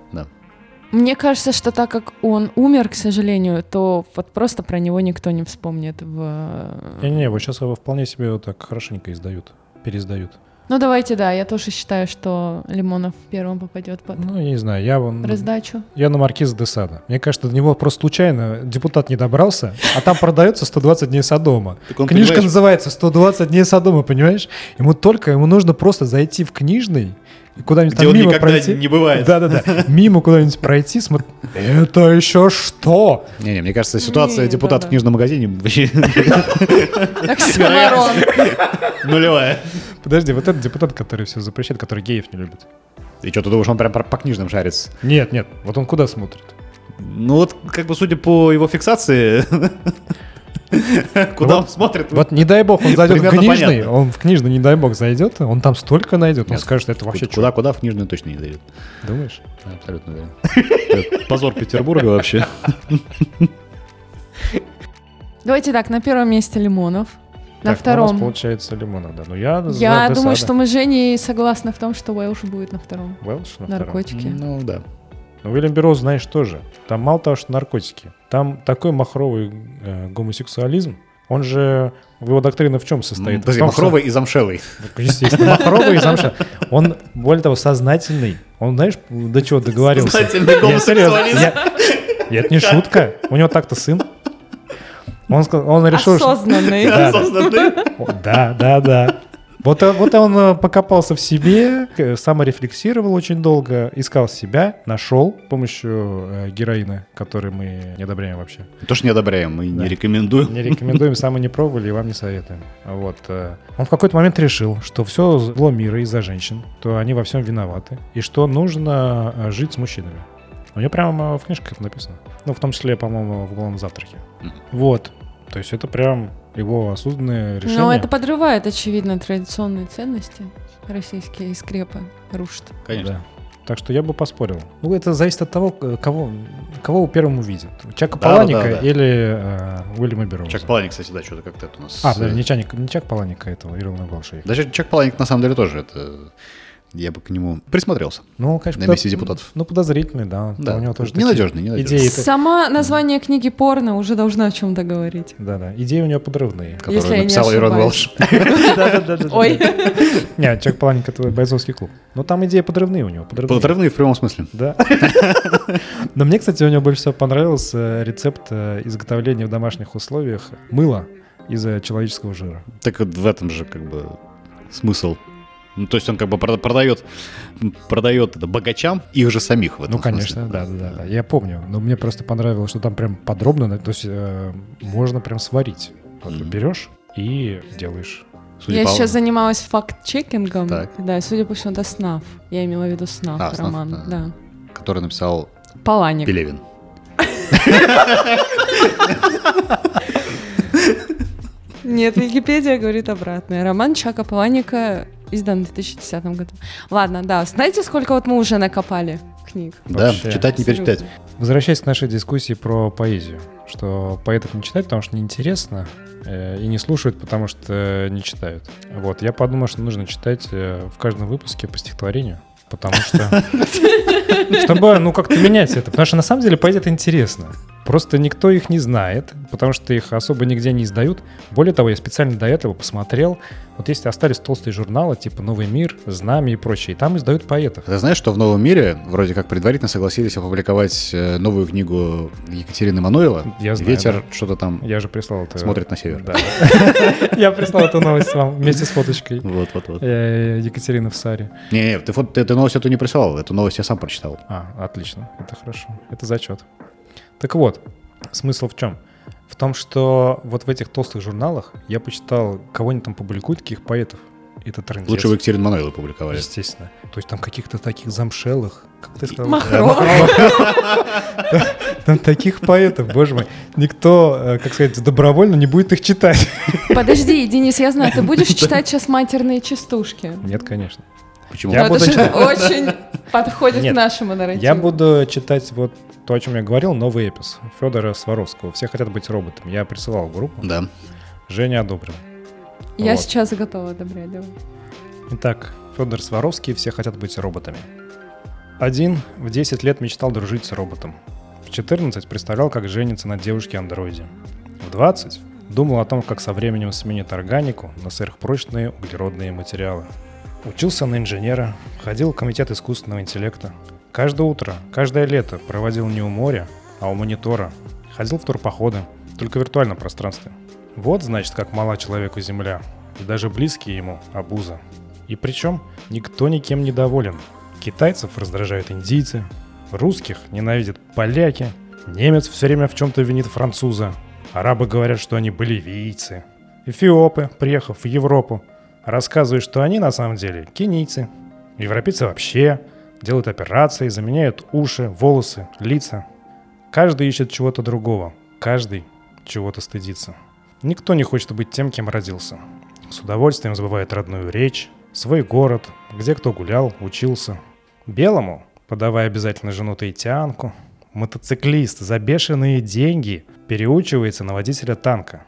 Speaker 1: Мне кажется, что так как он умер, к сожалению, то вот просто про него никто не вспомнит в... э,
Speaker 3: Не-не, вот сейчас его вполне себе вот так хорошенько издают, переиздают.
Speaker 1: Ну давайте, да, я тоже считаю, что Лимонов первым попадет под
Speaker 3: Ну, я не знаю, я вон...
Speaker 1: раздачу.
Speaker 3: Я на маркиза де Сада. Мне кажется, до него просто случайно депутат не добрался, а там продается 120 дней Содома.
Speaker 2: Так он,
Speaker 3: Книжка
Speaker 2: понимаешь,
Speaker 3: называется 120 дней Содома, понимаешь? Ему только, ему нужно просто зайти в книжный, и куда-нибудь
Speaker 2: где
Speaker 3: там
Speaker 2: он
Speaker 3: мимо
Speaker 2: никогда
Speaker 3: пройти.
Speaker 2: не бывает.
Speaker 3: Да-да-да, мимо куда-нибудь пройти, смотри, это еще что?
Speaker 2: Не-не, мне кажется, ситуация
Speaker 1: Не,
Speaker 2: депутата
Speaker 1: да-да.
Speaker 2: в книжном магазине вообще
Speaker 1: Оксюморон.
Speaker 2: нулевая.
Speaker 3: Подожди, вот этот депутат, который все запрещает, который геев не любит.
Speaker 2: И что, ты думаешь, он прям про- по книжным шарится?
Speaker 3: Нет, нет, вот он куда смотрит?
Speaker 2: Ну вот, как бы, судя по его фиксации, куда он смотрит,
Speaker 3: Вот не дай бог он зайдет в
Speaker 2: Ну, Примерно
Speaker 3: книжный,
Speaker 2: понятно.
Speaker 3: он в книжный не дай бог зайдет, он там столько найдет, он
Speaker 2: Нет.
Speaker 3: скажет, это вообще чудо.
Speaker 2: куда-куда в книжную точно не дают.
Speaker 3: Думаешь?
Speaker 2: Абсолютно да. Это Позор Петербурга вообще.
Speaker 1: Давайте так, на первом месте Лимонов. На
Speaker 3: Так, ну, У нас
Speaker 1: втором.
Speaker 3: получается лимона, да. Ну я за
Speaker 1: Я
Speaker 3: Десада.
Speaker 1: думаю, что мы с Женей согласны в том, что Уэлш будет на втором.
Speaker 3: Уэлш на втором.
Speaker 1: Наркотики.
Speaker 2: Ну да.
Speaker 3: Ну, Уильям Берроуз, знаешь, тоже. Там мало того, что наркотики. Там такой махровый э, гомосексуализм. Он же... Его доктрина в чем состоит? В
Speaker 2: Подожди,
Speaker 3: том, что-
Speaker 2: Махровый и Замшелый.
Speaker 3: Естественно, махровый и замша. Он, более того, сознательный. Он, знаешь, до чего договорился.
Speaker 2: Сознательный
Speaker 3: Я серьезно,
Speaker 2: гомосексуализм.
Speaker 3: я- и это не шутка. У него так-то сын. Он, сказал- он
Speaker 1: А
Speaker 3: решил, что-
Speaker 1: Осознанный.
Speaker 3: Да, да.
Speaker 2: Осознанный.
Speaker 3: О, Да, да, да. Вот, э, вот он э, покопался в себе, э, саморефлексировал очень долго, искал себя, нашел с помощью э, героина, который мы не одобряем вообще.
Speaker 2: То, что не одобряем, мы не
Speaker 3: Да.
Speaker 2: рекомендуем.
Speaker 3: Не рекомендуем, сами не пробовали и вам не советуем. Вот. э, Он в какой-то момент решил, что все зло мира из-за женщин, то они во всем виноваты, и что нужно э, жить с мужчинами. У нее прямо э, в книжках это написано. Ну, в том числе, по-моему, в «Голом завтраке».
Speaker 2: Мгм.
Speaker 3: Вот. То есть это прям его осознанное решение.
Speaker 1: Но Ну, это подрывает, очевидно, традиционные ценности российские и скрепы рушит.
Speaker 2: Конечно.
Speaker 3: Да. Так что я бы поспорил. Ну, это зависит от того, к- кого, кого первым увидит. Чака
Speaker 2: Да,
Speaker 3: Паланика
Speaker 2: да, да, да.
Speaker 3: или э, Уильяма Берроуза.
Speaker 2: Чак Паланик, кстати, да, что-то как-то это у нас...
Speaker 3: А, подожди,
Speaker 2: э,
Speaker 3: не, Чаник, не Чак Паланика, этого Ирлана Голшей.
Speaker 2: Да, Чак Паланик на самом деле тоже это... Я бы к нему присмотрелся.
Speaker 3: Ну, он, конечно,
Speaker 2: На
Speaker 3: подо-
Speaker 2: месте депутатов.
Speaker 3: Ну, подозрительный, да.
Speaker 2: Да.
Speaker 3: У него тоже такие
Speaker 2: Ненадежный, ненадежный.
Speaker 3: идеи.
Speaker 1: Сама название книги порно уже должно о чем-то говорить.
Speaker 3: Да, да. Идеи у него подрывные.
Speaker 2: Который
Speaker 1: Если я не
Speaker 2: написал Ирон
Speaker 1: ошибаюсь.
Speaker 2: Уэлш.
Speaker 1: Ой,
Speaker 3: Не, Чак Паланик это бойцовский клуб. Но там идеи подрывные у него. Подрывные.
Speaker 2: Подрывный в прямом смысле.
Speaker 3: Да. Но мне, кстати, у него больше всего понравился э, рецепт э, изготовления в домашних условиях мыла из э, человеческого жира.
Speaker 2: Так вот в этом же как бы смысл. Ну, то есть он как бы прода- продает, продает это богачам их же самих в этом
Speaker 3: Ну, конечно,
Speaker 2: смысле.
Speaker 3: да, да, да, да. Я помню. Но мне просто понравилось, что там прям подробно, на- то есть э, можно прям сварить. Вот
Speaker 2: Мгм.
Speaker 3: берешь и делаешь.
Speaker 2: Судя
Speaker 1: я
Speaker 2: по-
Speaker 1: сейчас занималась факт-чекингом.
Speaker 2: Так.
Speaker 1: Да, и, судя по всему, это СНАФ. Я имела в виду
Speaker 2: А,
Speaker 1: СНАФ,
Speaker 2: «Снаф»,
Speaker 1: роман. Да.
Speaker 2: да. Который написал
Speaker 1: Паланик.
Speaker 2: Пелевин.
Speaker 1: Нет, Википедия говорит обратное. Роман Чака Паланика издан в 2010 году. Ладно, да. Знаете, сколько вот мы уже накопали книг?
Speaker 3: Вообще.
Speaker 2: Да, читать не перечитать.
Speaker 3: Возвращаясь к нашей дискуссии про поэзию, что поэтов не читают, потому что неинтересно, э, и не слушают, потому что не читают. Вот, я подумал, что нужно читать э, в каждом выпуске по стихотворению, потому что... Чтобы, ну, как-то менять это, потому что на самом деле поэзия это интересно. Просто никто их не знает, потому что их особо нигде не издают. Более того, я специально до этого посмотрел. Вот есть остались толстые журналы, типа «Новый мир», «Знамя» и прочее, и там издают поэтов.
Speaker 2: Ты знаешь, что в новом мире вроде как предварительно согласились опубликовать э, новую книгу Екатерины Маноева
Speaker 3: Я знаю,
Speaker 2: «Ветер», что-то там
Speaker 3: Я же прислал это.
Speaker 2: смотрит на север.
Speaker 3: Да. Я прислал эту новость вам вместе с фоточкой.
Speaker 2: Вот, вот, вот.
Speaker 3: Э, Екатерина в Саре.
Speaker 2: Не, не, ты, фото- ты эту новость эту не присылал, эту новость я сам прочитал.
Speaker 3: А, отлично, это хорошо, это зачет. Так вот, смысл в чем? В том, что вот в этих толстых журналах я почитал, кого они там публикуют, каких поэтов. Это трендец.
Speaker 2: Лучше бы Екатерину Маноеву публиковали.
Speaker 3: Естественно. То есть там каких-то таких замшелых, как ты сказал?
Speaker 1: Махровых.
Speaker 3: Там- Там таких поэтов, боже мой. Никто, э, как сказать, добровольно не будет их читать.
Speaker 1: Подожди, Денис, я знаю, ты будешь читать сейчас матерные частушки.
Speaker 3: Нет, конечно.
Speaker 2: Почему?
Speaker 3: Я
Speaker 1: Но
Speaker 3: буду
Speaker 1: это же
Speaker 3: читать.
Speaker 1: очень подходит
Speaker 3: Нет,
Speaker 1: к нашему нарративу.
Speaker 3: Я буду читать вот то, о чем я говорил, новый эпис Федора Сваровского. Все хотят быть роботами. Я присылал в группу.
Speaker 2: Да.
Speaker 3: Женя одобрил.
Speaker 1: Я
Speaker 3: Вот.
Speaker 1: сейчас готова одобрять. давай.
Speaker 3: Итак, Федор Сваровский, все хотят быть роботами. Один в 10 лет мечтал дружить с роботом. В 14 представлял, как женится на девушке-андроиде. В 20 думал о том, как со временем сменит органику на сверхпрочные углеродные материалы. Учился на инженера, ходил в комитет искусственного интеллекта. Каждое утро, каждое лето проводил не у моря, а у монитора. Ходил в турпоходы, только в виртуальном пространстве. Вот, значит, как мала человеку земля, и даже близкие ему обуза. И причем никто никем не доволен. Китайцев раздражают индийцы, русских ненавидят поляки, немец все время в чем-то винит француза, арабы говорят, что они боливийцы. Эфиопы, приехав в Европу, рассказывают, что они на самом деле кенийцы. Европейцы вообще делают операции, заменяют уши, волосы, лица. Каждый ищет чего-то другого, каждый чего-то стыдится. Никто не хочет быть тем, кем родился. С удовольствием забывает родную речь, свой город, где кто гулял, учился. Белому, подавая обязательно жену таитянку, мотоциклист за бешеные деньги переучивается на водителя танка.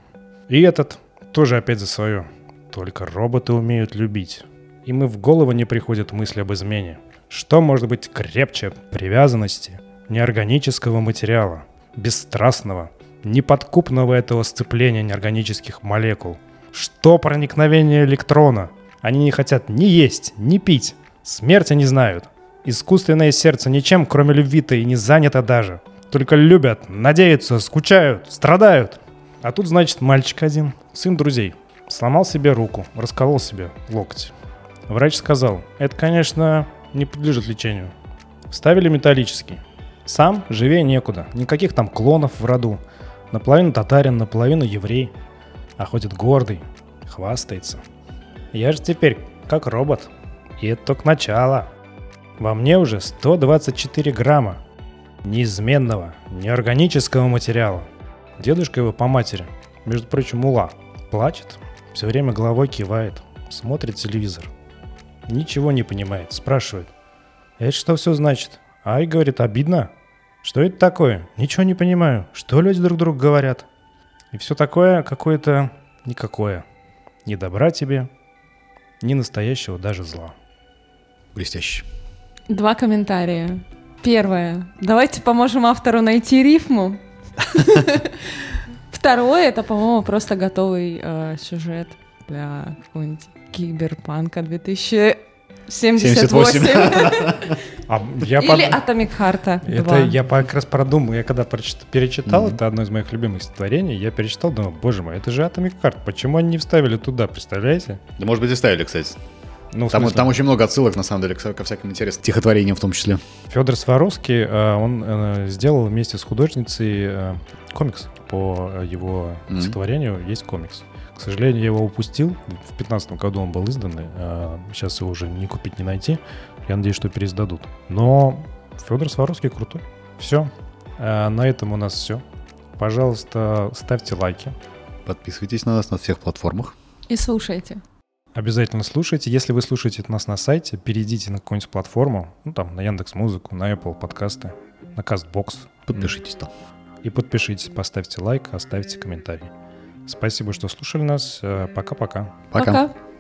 Speaker 3: И этот тоже опять за свое. Только роботы умеют любить. Им и в голову не приходит мысль об измене. Что может быть крепче привязанности, неорганического материала, бесстрастного, неподкупного этого сцепления неорганических молекул. Что проникновение электрона? Они не хотят ни есть, ни пить. Смерти не знают. Искусственное сердце ничем, кроме любви-то и не занято даже. Только любят, надеются, скучают, страдают. А тут, значит, мальчик один, сын друзей. Сломал себе руку, расколол себе локоть. Врач сказал, это, конечно, не подлежит лечению. Вставили металлический. Сам живее некуда, никаких там клонов в роду. Наполовину татарин, наполовину еврей. А ходит гордый, хвастается. Я же теперь как робот. И это только начало. Во мне уже 124 грамма неизменного, неорганического материала. Дедушка его по матери, между прочим, ула, плачет, все время головой кивает, смотрит телевизор. Ничего не понимает, спрашивает. Это что все значит? Ай, говорит, обидно. Что это такое? Ничего не понимаю. Что люди друг другу говорят? И все такое какое-то никакое. Ни добра тебе, ни настоящего даже зла.
Speaker 2: Блестяще.
Speaker 1: Два комментария. Первое. Давайте поможем автору найти рифму. Второе, это, по-моему, просто готовый э, сюжет для какого-нибудь киберпанка 2078.
Speaker 3: А я под-
Speaker 1: Или Atomic Heart 2.
Speaker 3: Это я как раз продумал. Я когда прочит- перечитал, это одно из моих любимых творений, я перечитал, думаю, боже мой, это же Atomic Heart. Почему они не вставили туда, представляете?
Speaker 2: Да, может быть, и ставили, кстати.
Speaker 3: Ну, в
Speaker 2: Там,
Speaker 3: смысле,
Speaker 2: там очень много отсылок, на самом деле, к- ко всяким интересным стихотворениям в том числе.
Speaker 3: Федор Сваровский, э, он э, сделал вместе с художницей э, комикс по э, его
Speaker 2: Мгм.
Speaker 3: стихотворению. Есть комикс. К сожалению, я его упустил. В 2015 году он был издан. э, сейчас его уже не купить, не найти. Я надеюсь, что переиздадут. Но Федор Сваровский крутой. Все. на этом у нас все. Пожалуйста, ставьте лайки.
Speaker 2: Подписывайтесь на нас на всех платформах.
Speaker 1: И слушайте.
Speaker 3: Обязательно слушайте. Если вы слушаете нас на сайте, перейдите на какую-нибудь платформу, ну там на Яндекс Музыку, на Apple подкасты, на Castbox.
Speaker 2: Подпишитесь там.
Speaker 3: И подпишитесь, поставьте лайк, оставьте комментарий. Спасибо, что слушали нас. Э, Пока-пока.
Speaker 2: Пока.
Speaker 1: Пока.